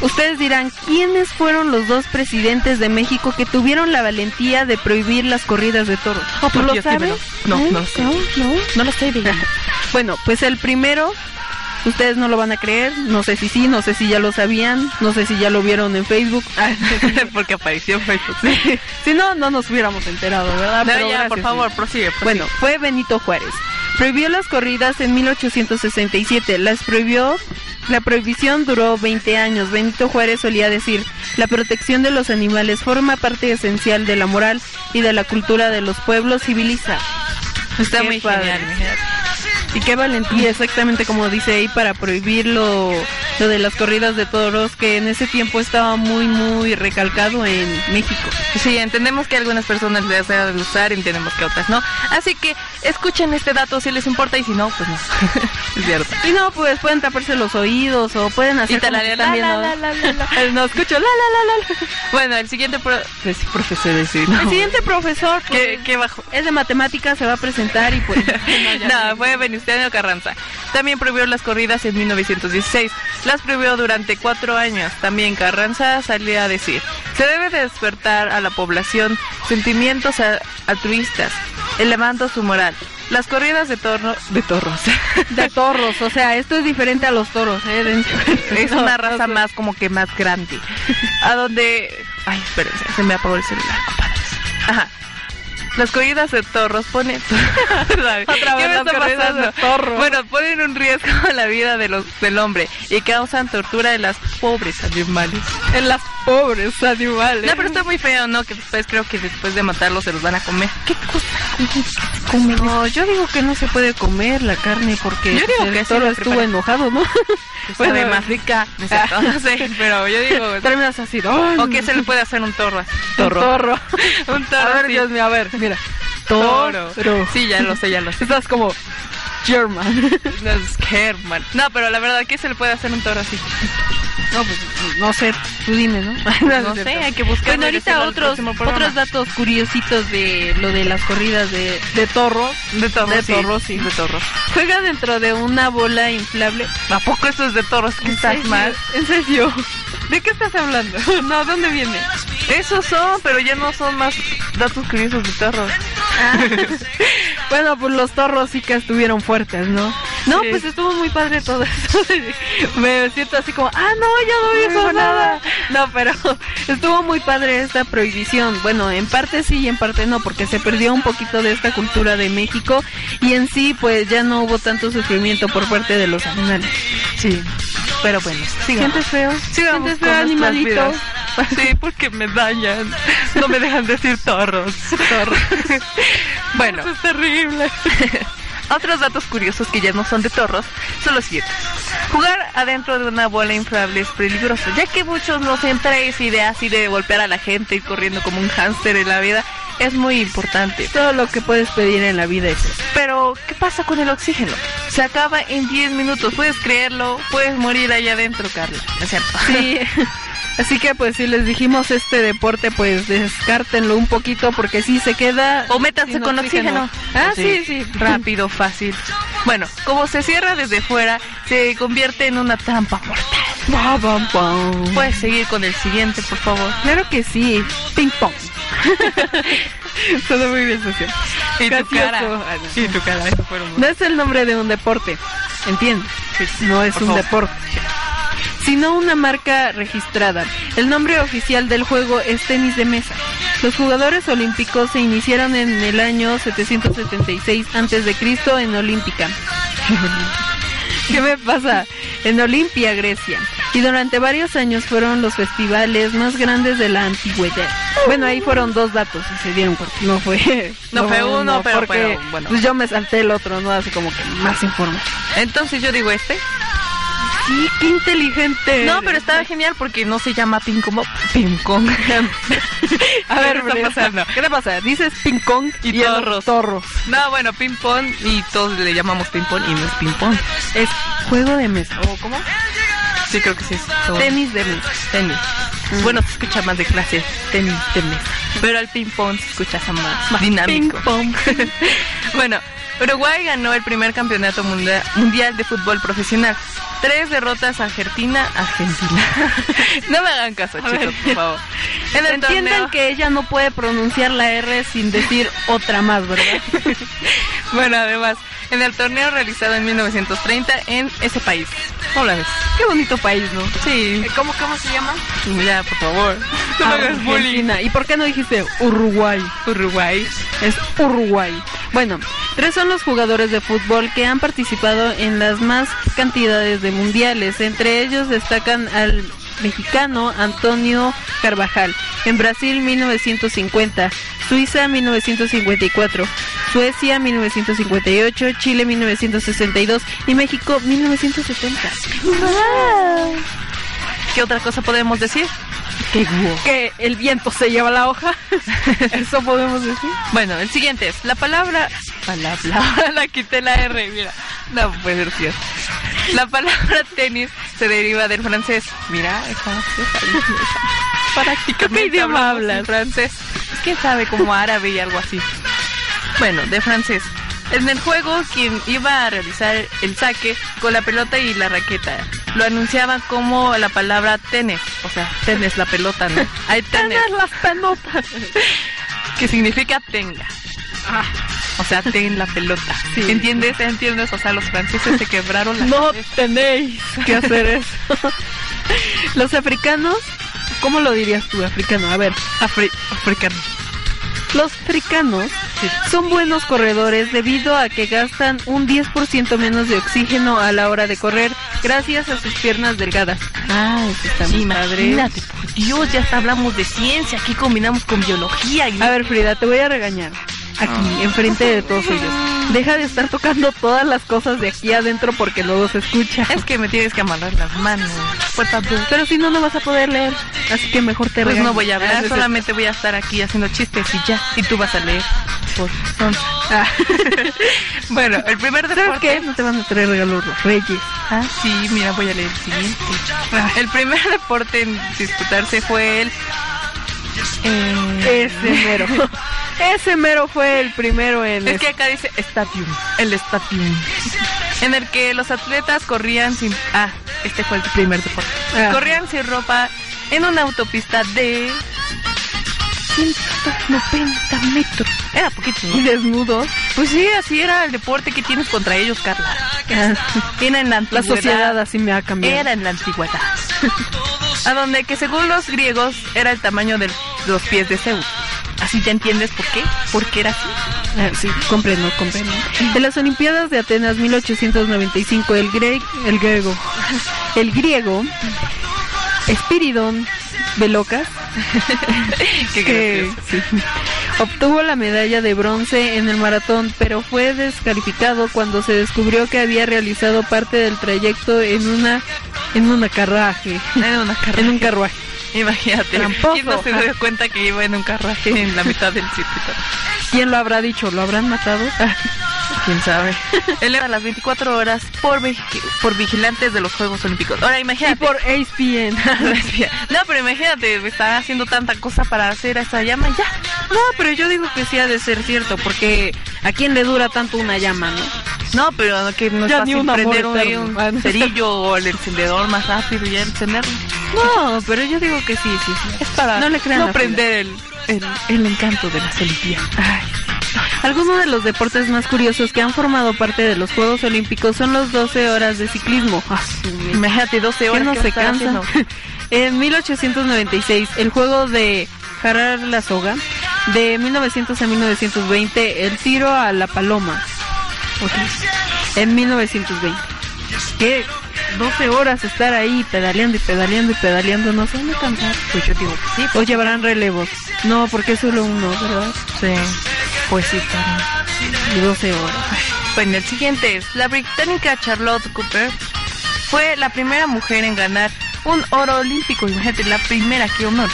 Speaker 3: ustedes dirán, ¿quiénes fueron los dos presidentes de México que tuvieron la valentía de prohibir las corridas de toros?
Speaker 12: Oh,
Speaker 3: ¿Tú
Speaker 12: por
Speaker 3: lo
Speaker 12: Dios,
Speaker 3: sabes?
Speaker 12: dímelo. No,
Speaker 3: ¿Eh?
Speaker 12: no lo sé.
Speaker 3: No, no, no lo sé. Bella. bueno, pues el primero... Ustedes no lo van a creer, no sé si sí, no sé si ya lo sabían, no sé si ya lo vieron en Facebook.
Speaker 12: Ah, Porque apareció en Facebook.
Speaker 3: si no, no nos hubiéramos enterado, ¿verdad?
Speaker 12: No,
Speaker 3: Pero
Speaker 12: ya, por
Speaker 3: gracias,
Speaker 12: favor,
Speaker 3: sí.
Speaker 12: prosigue, prosigue.
Speaker 3: Bueno, fue Benito Juárez. Prohibió las corridas en 1867. Las prohibió. La prohibición duró 20 años. Benito Juárez solía decir: La protección de los animales forma parte esencial de la moral y de la cultura de los pueblos civiliza.
Speaker 12: Está
Speaker 3: Qué
Speaker 12: muy
Speaker 3: padre.
Speaker 12: genial, mi genial.
Speaker 3: Y qué valentía, exactamente como dice ahí, para prohibir lo, lo de las corridas de toros, que en ese tiempo estaba muy, muy recalcado en México.
Speaker 12: Sí, entendemos que a algunas personas les da de gustar, entendemos que a otras no. Así que escuchen este dato si les importa y si no, pues no. es cierto.
Speaker 3: Y no, pues pueden taparse los oídos o pueden hacer
Speaker 12: Y talarear la,
Speaker 3: también,
Speaker 12: la, la, la, la, la. No escucho la la la la. Bueno, el siguiente pro... pues, sí, profesor, sí, no.
Speaker 3: El siguiente profesor
Speaker 12: Qué-
Speaker 3: pues, es de matemáticas, se va a presentar y pues...
Speaker 12: No, fue Venustiano Carranza. También prohibió las corridas en 1916. Las prohibió durante cuatro años. También Carranza salía a decir, se debe despertar a la población sentimientos a- altruistas, elevando su moral. Las corridas de, torno, de torros.
Speaker 3: De torros, o sea, esto es diferente a los toros, ¿eh? De-
Speaker 12: es una raza más como que más grande. A donde... Ay, espérense, se me apagó el celular, compadres. Ajá. Las corridas de torros ponen...
Speaker 3: Otra
Speaker 12: ¿Qué
Speaker 3: vez
Speaker 12: me
Speaker 3: las
Speaker 12: está
Speaker 3: corridas de
Speaker 12: pasando?
Speaker 3: torros.
Speaker 12: Bueno, ponen un riesgo a la vida de los, del hombre y causan tortura en las pobres animales.
Speaker 3: En las pobres animales.
Speaker 12: No, pero está muy feo, ¿no? Que después creo que después de matarlos se los van a comer. ¿Qué cosa?
Speaker 3: No, yo digo que no se puede comer la carne porque
Speaker 12: Yo digo
Speaker 3: el
Speaker 12: que sí
Speaker 3: toro
Speaker 12: la
Speaker 3: estuvo
Speaker 12: preparan.
Speaker 3: enojado, ¿no?
Speaker 12: Bueno, más rica. No, es cierto, no sé, pero yo digo...
Speaker 3: Terminas así, ¡ay!
Speaker 12: ¿O qué se le puede hacer a un torro?
Speaker 3: Torro. Torro.
Speaker 12: Un torro.
Speaker 3: A ver,
Speaker 12: sí.
Speaker 3: Dios mío, a ver, mira.
Speaker 12: Toro. Sí, ya lo sé, ya lo sé.
Speaker 3: Estás como German.
Speaker 12: No, es que, hermano. No, pero la verdad, ¿qué se le puede hacer a un toro así?
Speaker 3: No, pues no sé, tú dime, ¿no?
Speaker 12: No sé, hay que buscarlo
Speaker 3: Bueno,
Speaker 12: y
Speaker 3: ahorita
Speaker 12: decirlo al
Speaker 3: otros,
Speaker 12: próximo programa.
Speaker 3: otros datos curiositos de lo de las corridas de, de torros.
Speaker 12: De torro,
Speaker 3: De
Speaker 12: sí.
Speaker 3: torro, sí.
Speaker 12: De torro.
Speaker 3: Juega dentro de una bola inflable.
Speaker 12: ¿A poco eso es de toros? ¿Qué estás
Speaker 3: serio?
Speaker 12: mal?
Speaker 3: ¿En serio? ¿De qué estás hablando? No, ¿dónde viene?
Speaker 12: Esos son, pero ya no son más datos curiosos de toros.
Speaker 3: Ah. Bueno, pues los torros sí que estuvieron fuertes, ¿no? No,
Speaker 12: Sí.
Speaker 3: pues estuvo muy padre todo eso. Me siento así como, ah, no, ya no
Speaker 12: No
Speaker 3: hizo
Speaker 12: hizo
Speaker 3: nada. No, pero estuvo muy padre esta prohibición. Bueno, en parte sí y en parte no, porque se perdió un poquito de esta cultura de México y en sí, pues ya no hubo tanto sufrimiento por parte de los animales.
Speaker 12: Sí. Pero bueno, sigamos.
Speaker 3: ¿Sientes feo?
Speaker 12: Sigamos
Speaker 3: ¿Sientes feo,
Speaker 12: con nuestras
Speaker 3: animalito?
Speaker 12: vidas. Sí, porque me dañan. No me dejan decir torros. Torros. bueno. es terrible. Otros datos curiosos que ya no son de torros son los siguientes. Jugar adentro de una bola inflable es peligroso, ya que muchos nos entra esa idea así de golpear a la gente, ir corriendo como un hámster en la vida, es muy importante.
Speaker 3: Todo lo que puedes pedir en la vida es eso.
Speaker 12: Pero, ¿qué pasa con el oxígeno? Se acaba en 10 minutos, puedes creerlo, puedes morir allá adentro, Carla. ¿no es cierto?
Speaker 3: Sí.
Speaker 12: Así que pues si les dijimos este deporte, pues descártenlo un poquito porque si se queda...
Speaker 13: O métanse
Speaker 12: sin
Speaker 13: con oxígeno.
Speaker 12: Ah, sí, sí.
Speaker 13: Rápido, fácil. Bueno, como se cierra desde fuera, se convierte en una trampa mortal. Puedes seguir con el siguiente, por favor.
Speaker 12: Claro que sí. Ping pong. Todo muy bien social.
Speaker 13: Y tu
Speaker 12: Gracioso.
Speaker 13: cara. Y tu cara, eso fue hermoso.
Speaker 12: No es el nombre de un deporte, ¿entiendes? No es
Speaker 13: por
Speaker 12: un
Speaker 13: favor.
Speaker 12: deporte, sino una marca registrada. El nombre oficial del juego es tenis de mesa. Los jugadores olímpicos se iniciaron en el año 776 antes de Cristo en Olímpica. ¿Qué me pasa? En Olimpia, Grecia. Y durante varios años fueron los festivales más grandes de la antigüedad. Bueno, ahí fueron dos datos, si se dieron cuenta. No fue.
Speaker 13: No fue uno, pero
Speaker 12: porque,
Speaker 13: fueron, bueno.
Speaker 12: pues, yo me salté el otro, ¿no? Así como que más información.
Speaker 13: Entonces yo digo este.
Speaker 12: Sí, qué inteligente.
Speaker 13: No, pero estaba genial porque no se llama ping como ping pong.
Speaker 12: A
Speaker 13: ¿qué
Speaker 12: ver,
Speaker 13: está
Speaker 12: Brenda,
Speaker 13: pasando?
Speaker 12: ¿Qué te pasa? Dices ping pong y, el torros.
Speaker 13: No, bueno, ping pong y todos le llamamos ping pong y no es ping pong.
Speaker 12: Es juego de mesa.
Speaker 13: ¿O cómo? Sí, creo que sí. es todo.
Speaker 12: Tenis de mesa.
Speaker 13: Tenis. Bueno, se escucha más de clase tenis de mesa. Pero al ping-pong se escucha esa más,
Speaker 12: Más
Speaker 13: dinámico. bueno, Uruguay ganó el primer campeonato munda- mundial de fútbol profesional. Tres derrotas a Argentina. Argentina. no me hagan caso,
Speaker 12: A ver.
Speaker 13: chicos, por favor. En el
Speaker 12: Entiendan
Speaker 13: torneo-
Speaker 12: que ella no puede pronunciar la R sin decir otra más, ¿verdad?
Speaker 13: Bueno, además, en el torneo realizado en 1930 en ese país. ¿Cómo la ves? Qué bonito país, ¿no? Sí.
Speaker 12: ¿Cómo, cómo se llama?
Speaker 13: Ya, por favor. No me hagas bullying.
Speaker 12: Argentina. ¿Y por qué no dijiste Uruguay?
Speaker 13: Uruguay.
Speaker 12: Es Uruguay. Bueno, tres son los jugadores de fútbol que han participado en las más cantidades de mundiales. Entre ellos destacan al mexicano Antonio Carvajal, en Brasil 1950, Suiza 1954, Suecia 1958, Chile 1962 y México 1970.
Speaker 13: ¿Qué otra cosa podemos decir?
Speaker 12: Que el viento se lleva la hoja. Eso podemos decir.
Speaker 13: Bueno, el siguiente es la palabra. Palabra. la quité la R, mira. No puede ser cierto. La palabra tenis se deriva del francés. Mira, es francés. Prácticamente
Speaker 12: ¿Qué idioma
Speaker 13: hablamos en
Speaker 12: hablas?
Speaker 13: Francés. ¿Quién sabe? Como árabe y algo así. Bueno, de francés. En el juego, quien iba a realizar el saque con la pelota y la raqueta lo anunciaban como la palabra tenis. O sea, tenis, la pelota, ¿no? Hay tenis.
Speaker 12: las pelotas.
Speaker 13: que significa tenga. O sea, ten la pelota.
Speaker 12: Ah. Sí.
Speaker 13: ¿Entiendes? ¿Entiendes? O sea, los franceses se quebraron la
Speaker 12: No tenéis que hacer eso. Los africanos, ¿cómo lo dirías tú, africano? A ver,
Speaker 13: africano.
Speaker 12: Los africanos son buenos corredores debido a que gastan un 10% menos de oxígeno a la hora de correr gracias a sus piernas delgadas. Ah, eso está muy padre.
Speaker 13: Imagínate, por Dios, ya hasta hablamos de ciencia, aquí combinamos con biología y...
Speaker 12: A ver, Frida, te voy a regañar. Aquí, enfrente de todos ellos. Deja de estar tocando todas las cosas de aquí adentro porque luego se escucha. Pues,
Speaker 13: Es que me tienes que amarrar las manos. Por favor.
Speaker 12: Pero si no, no vas a poder leer. Así que mejor te
Speaker 13: Pues
Speaker 12: regaño.
Speaker 13: no voy a
Speaker 12: Ah,
Speaker 13: hablar,
Speaker 12: sí, sí.
Speaker 13: solamente voy a estar aquí haciendo chistes y ya. Y tú vas a leer. Por son-
Speaker 12: Ah.
Speaker 13: Bueno, el primer
Speaker 12: ¿Sabes
Speaker 13: deporte...
Speaker 12: qué? No te van a traer regalos los reyes.
Speaker 13: Ah, sí, mira, voy a leer el siguiente. El primer deporte en disputarse fue el... eh,
Speaker 12: Ese mero. Ese mero fue el primero en...
Speaker 13: Es que acá dice Stadium, el Stadium, en el que los atletas corrían sin... Ah, este fue el primer deporte.
Speaker 12: Ah.
Speaker 13: Corrían sin ropa en una autopista de...
Speaker 12: 190 metros.
Speaker 13: Era poquito, ¿no?
Speaker 12: Y desnudos.
Speaker 13: Pues sí, así era el deporte que tienes contra ellos, Carla. Era en la
Speaker 12: Ah. La
Speaker 13: antigüedad.
Speaker 12: sociedad así me ha cambiado.
Speaker 13: Era en la antigüedad. A donde que según los griegos era el tamaño de los pies de Zeus. Así ya entiendes por qué, porque era así.
Speaker 12: Ah, sí, comprendo, comprendo. En las Olimpiadas de Atenas 1895, el, gre- el griego, el griego, Espiridón Velocas,
Speaker 13: Qué
Speaker 12: que sí, obtuvo la medalla de bronce en el maratón, pero fue descalificado cuando se descubrió que había realizado parte del trayecto en una en una carruaje,
Speaker 13: Era una carrera.
Speaker 12: en un carruaje.
Speaker 13: Imagínate.
Speaker 12: Tramposo.
Speaker 13: ¿Quién no se dio cuenta que iba en un carruaje en la mitad del circuito?
Speaker 12: ¿Quién lo habrá dicho? ¿Lo habrán matado?
Speaker 13: ¿Quién sabe? Eleva las 24 horas por, vigi- por vigilantes de los Juegos Olímpicos. Ahora imagínate. por
Speaker 12: E
Speaker 13: ESPN. no, pero imagínate, están haciendo tanta cosa para hacer a esa llama ya.
Speaker 12: No, pero yo digo que sí ha de ser cierto, porque ¿a quién le dura tanto una llama, no?
Speaker 13: No, pero que No es fácil prender un,
Speaker 12: Ah,
Speaker 13: un cerillo o el encendedor más rápido y ya encenderlo.
Speaker 12: No, pero yo digo que sí, sí, sí.
Speaker 13: Es para
Speaker 12: No le crean
Speaker 13: no
Speaker 12: la
Speaker 13: prender el, el, el encanto de las Olimpiadas. Ay.
Speaker 12: Algunos de los deportes más curiosos que han formado parte de los Juegos Olímpicos son los 12 horas de ciclismo. Ah, su mecha.
Speaker 13: Imagínate 12 horas
Speaker 12: ¿Qué no
Speaker 13: que
Speaker 12: se
Speaker 13: vas a estar
Speaker 12: cansa. en 1896, el juego de jarar la soga. De 1900 a 1920, el tiro a la paloma. Ok. En 1920. ¿Qué? 12 horas estar ahí pedaleando y pedaleando y pedaleando, no se van a cansar. Pues yo digo que sí. O llevarán relevos. No, porque es solo uno, ¿verdad?
Speaker 13: Sí. Pues sí, Y 12 horas. Bueno, el siguiente es, la británica Charlotte Cooper fue la primera mujer en ganar un oro olímpico. Imagínate, la primera, qué honor.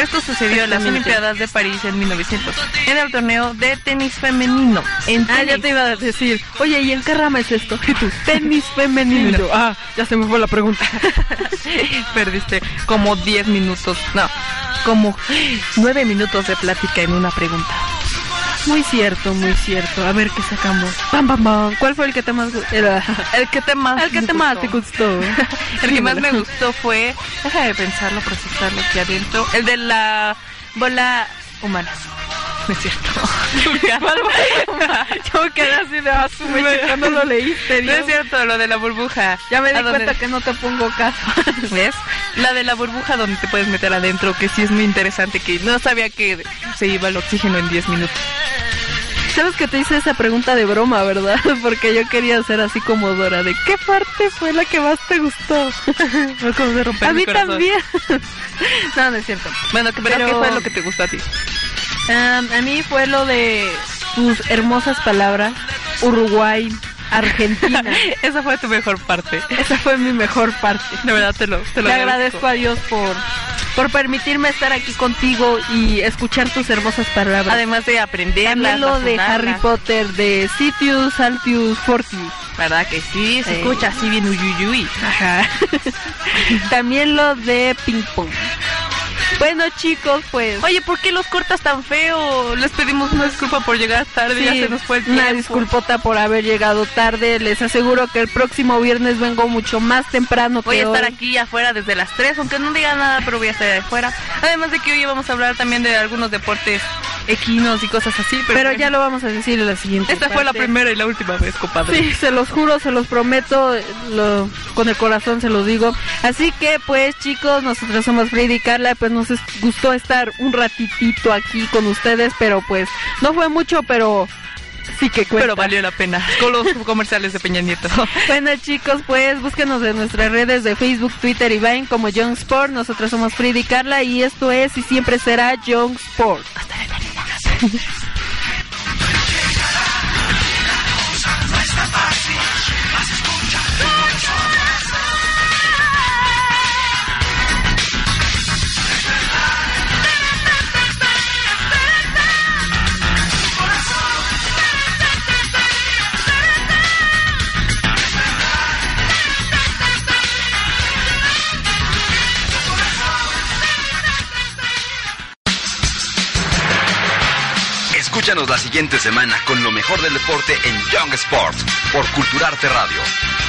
Speaker 13: Esto sucedió en las
Speaker 12: Exactamente.
Speaker 13: Olimpiadas de París en 1900, en el torneo de tenis femenino. En
Speaker 12: Ah, ya
Speaker 13: tenis.
Speaker 12: te iba a decir, oye, ¿y en qué rama es esto? Y tú, tenis femenino.
Speaker 13: No.
Speaker 12: Ah, ya se me fue la pregunta.
Speaker 13: Perdiste como 10 minutos, no, como 9 minutos de plática en una pregunta.
Speaker 12: Muy cierto, muy cierto. A ver qué sacamos. Pam, pam, pam. ¿Cuál fue el que te más gustó?
Speaker 13: El que te más,
Speaker 12: El que te más te gustó.
Speaker 13: El que más me
Speaker 12: Dímelo.
Speaker 13: gustó fue, deja de pensarlo, procesarlo aquí adentro, el de la bola humana. No es cierto.
Speaker 12: Yo quedé así de asume, cuando lo leíste.
Speaker 13: No es cierto, lo de la burbuja.
Speaker 12: Ya me
Speaker 13: ¿A
Speaker 12: di
Speaker 13: dónde?
Speaker 12: cuenta que no te pongo caso.
Speaker 13: ¿Ves? La de la burbuja donde te puedes meter adentro, que sí es muy interesante, que no sabía que se iba el oxígeno en 10 minutos.
Speaker 12: Sabes que te hice esa pregunta de broma, ¿verdad? Porque yo quería ser así como Dora, de qué parte fue la que más te gustó. a
Speaker 13: mi
Speaker 12: mí
Speaker 13: corazón.
Speaker 12: también. no, no es cierto.
Speaker 13: Bueno, que- pero,
Speaker 12: Pero-
Speaker 13: ¿qué fue lo que te gustó a ti?
Speaker 12: Am, a mí fue lo de sus hermosas palabras, Uruguay, Argentina.
Speaker 13: Esa fue tu mejor parte.
Speaker 12: Esa fue mi mejor parte.
Speaker 13: De verdad te lo, te lo
Speaker 12: Le agradezco a Dios por, por permitirme estar aquí contigo y escuchar tus hermosas palabras.
Speaker 13: Además de aprenderlas,
Speaker 12: También lo de
Speaker 13: razonarlas.
Speaker 12: Harry Potter, de Sitius, Altius, Fortius.
Speaker 13: ¿Verdad que sí? Se
Speaker 12: Eh.
Speaker 13: escucha así bien uyuyuy.
Speaker 12: Ajá. También lo de ping pong. Bueno chicos, pues
Speaker 13: Oye, ¿por qué los cortas tan feo? Les pedimos una disculpa por llegar tarde, ya
Speaker 12: sí,
Speaker 13: se nos fue el tiempo.
Speaker 12: una disculpota por haber llegado tarde. Les aseguro que el próximo viernes vengo mucho más temprano
Speaker 13: Voy
Speaker 12: que
Speaker 13: a estar
Speaker 12: hoy.
Speaker 13: aquí afuera desde las 3, aunque no diga nada, pero voy a estar afuera. Además de que hoy vamos a hablar también de algunos deportes equinos y cosas así, pero,
Speaker 12: Pero ya lo vamos a decir en la siguiente.
Speaker 13: Esta fue la
Speaker 12: parte.
Speaker 13: primera y la última vez, compadre.
Speaker 12: Sí, se los juro, se los prometo, lo- con el corazón se los digo. Así que pues chicos, nosotros somos Freddy y Carla, pues nos es- gustó estar un ratitito aquí con ustedes, pero pues no fue mucho, pero sí que cuenta.
Speaker 13: Pero valió la pena. Con los comerciales de Peña Nieto.
Speaker 12: Bueno chicos, pues búsquenos en nuestras redes de Facebook, Twitter y Vine como Young Sport. Nosotros somos Freddy y Carla y esto es y siempre será Young Sport. Hasta la eternidad.
Speaker 6: No es tan fácil, más escucha mucho
Speaker 1: Escúchanos la siguiente semana con lo mejor del deporte en Young Sport por Culturarte Radio.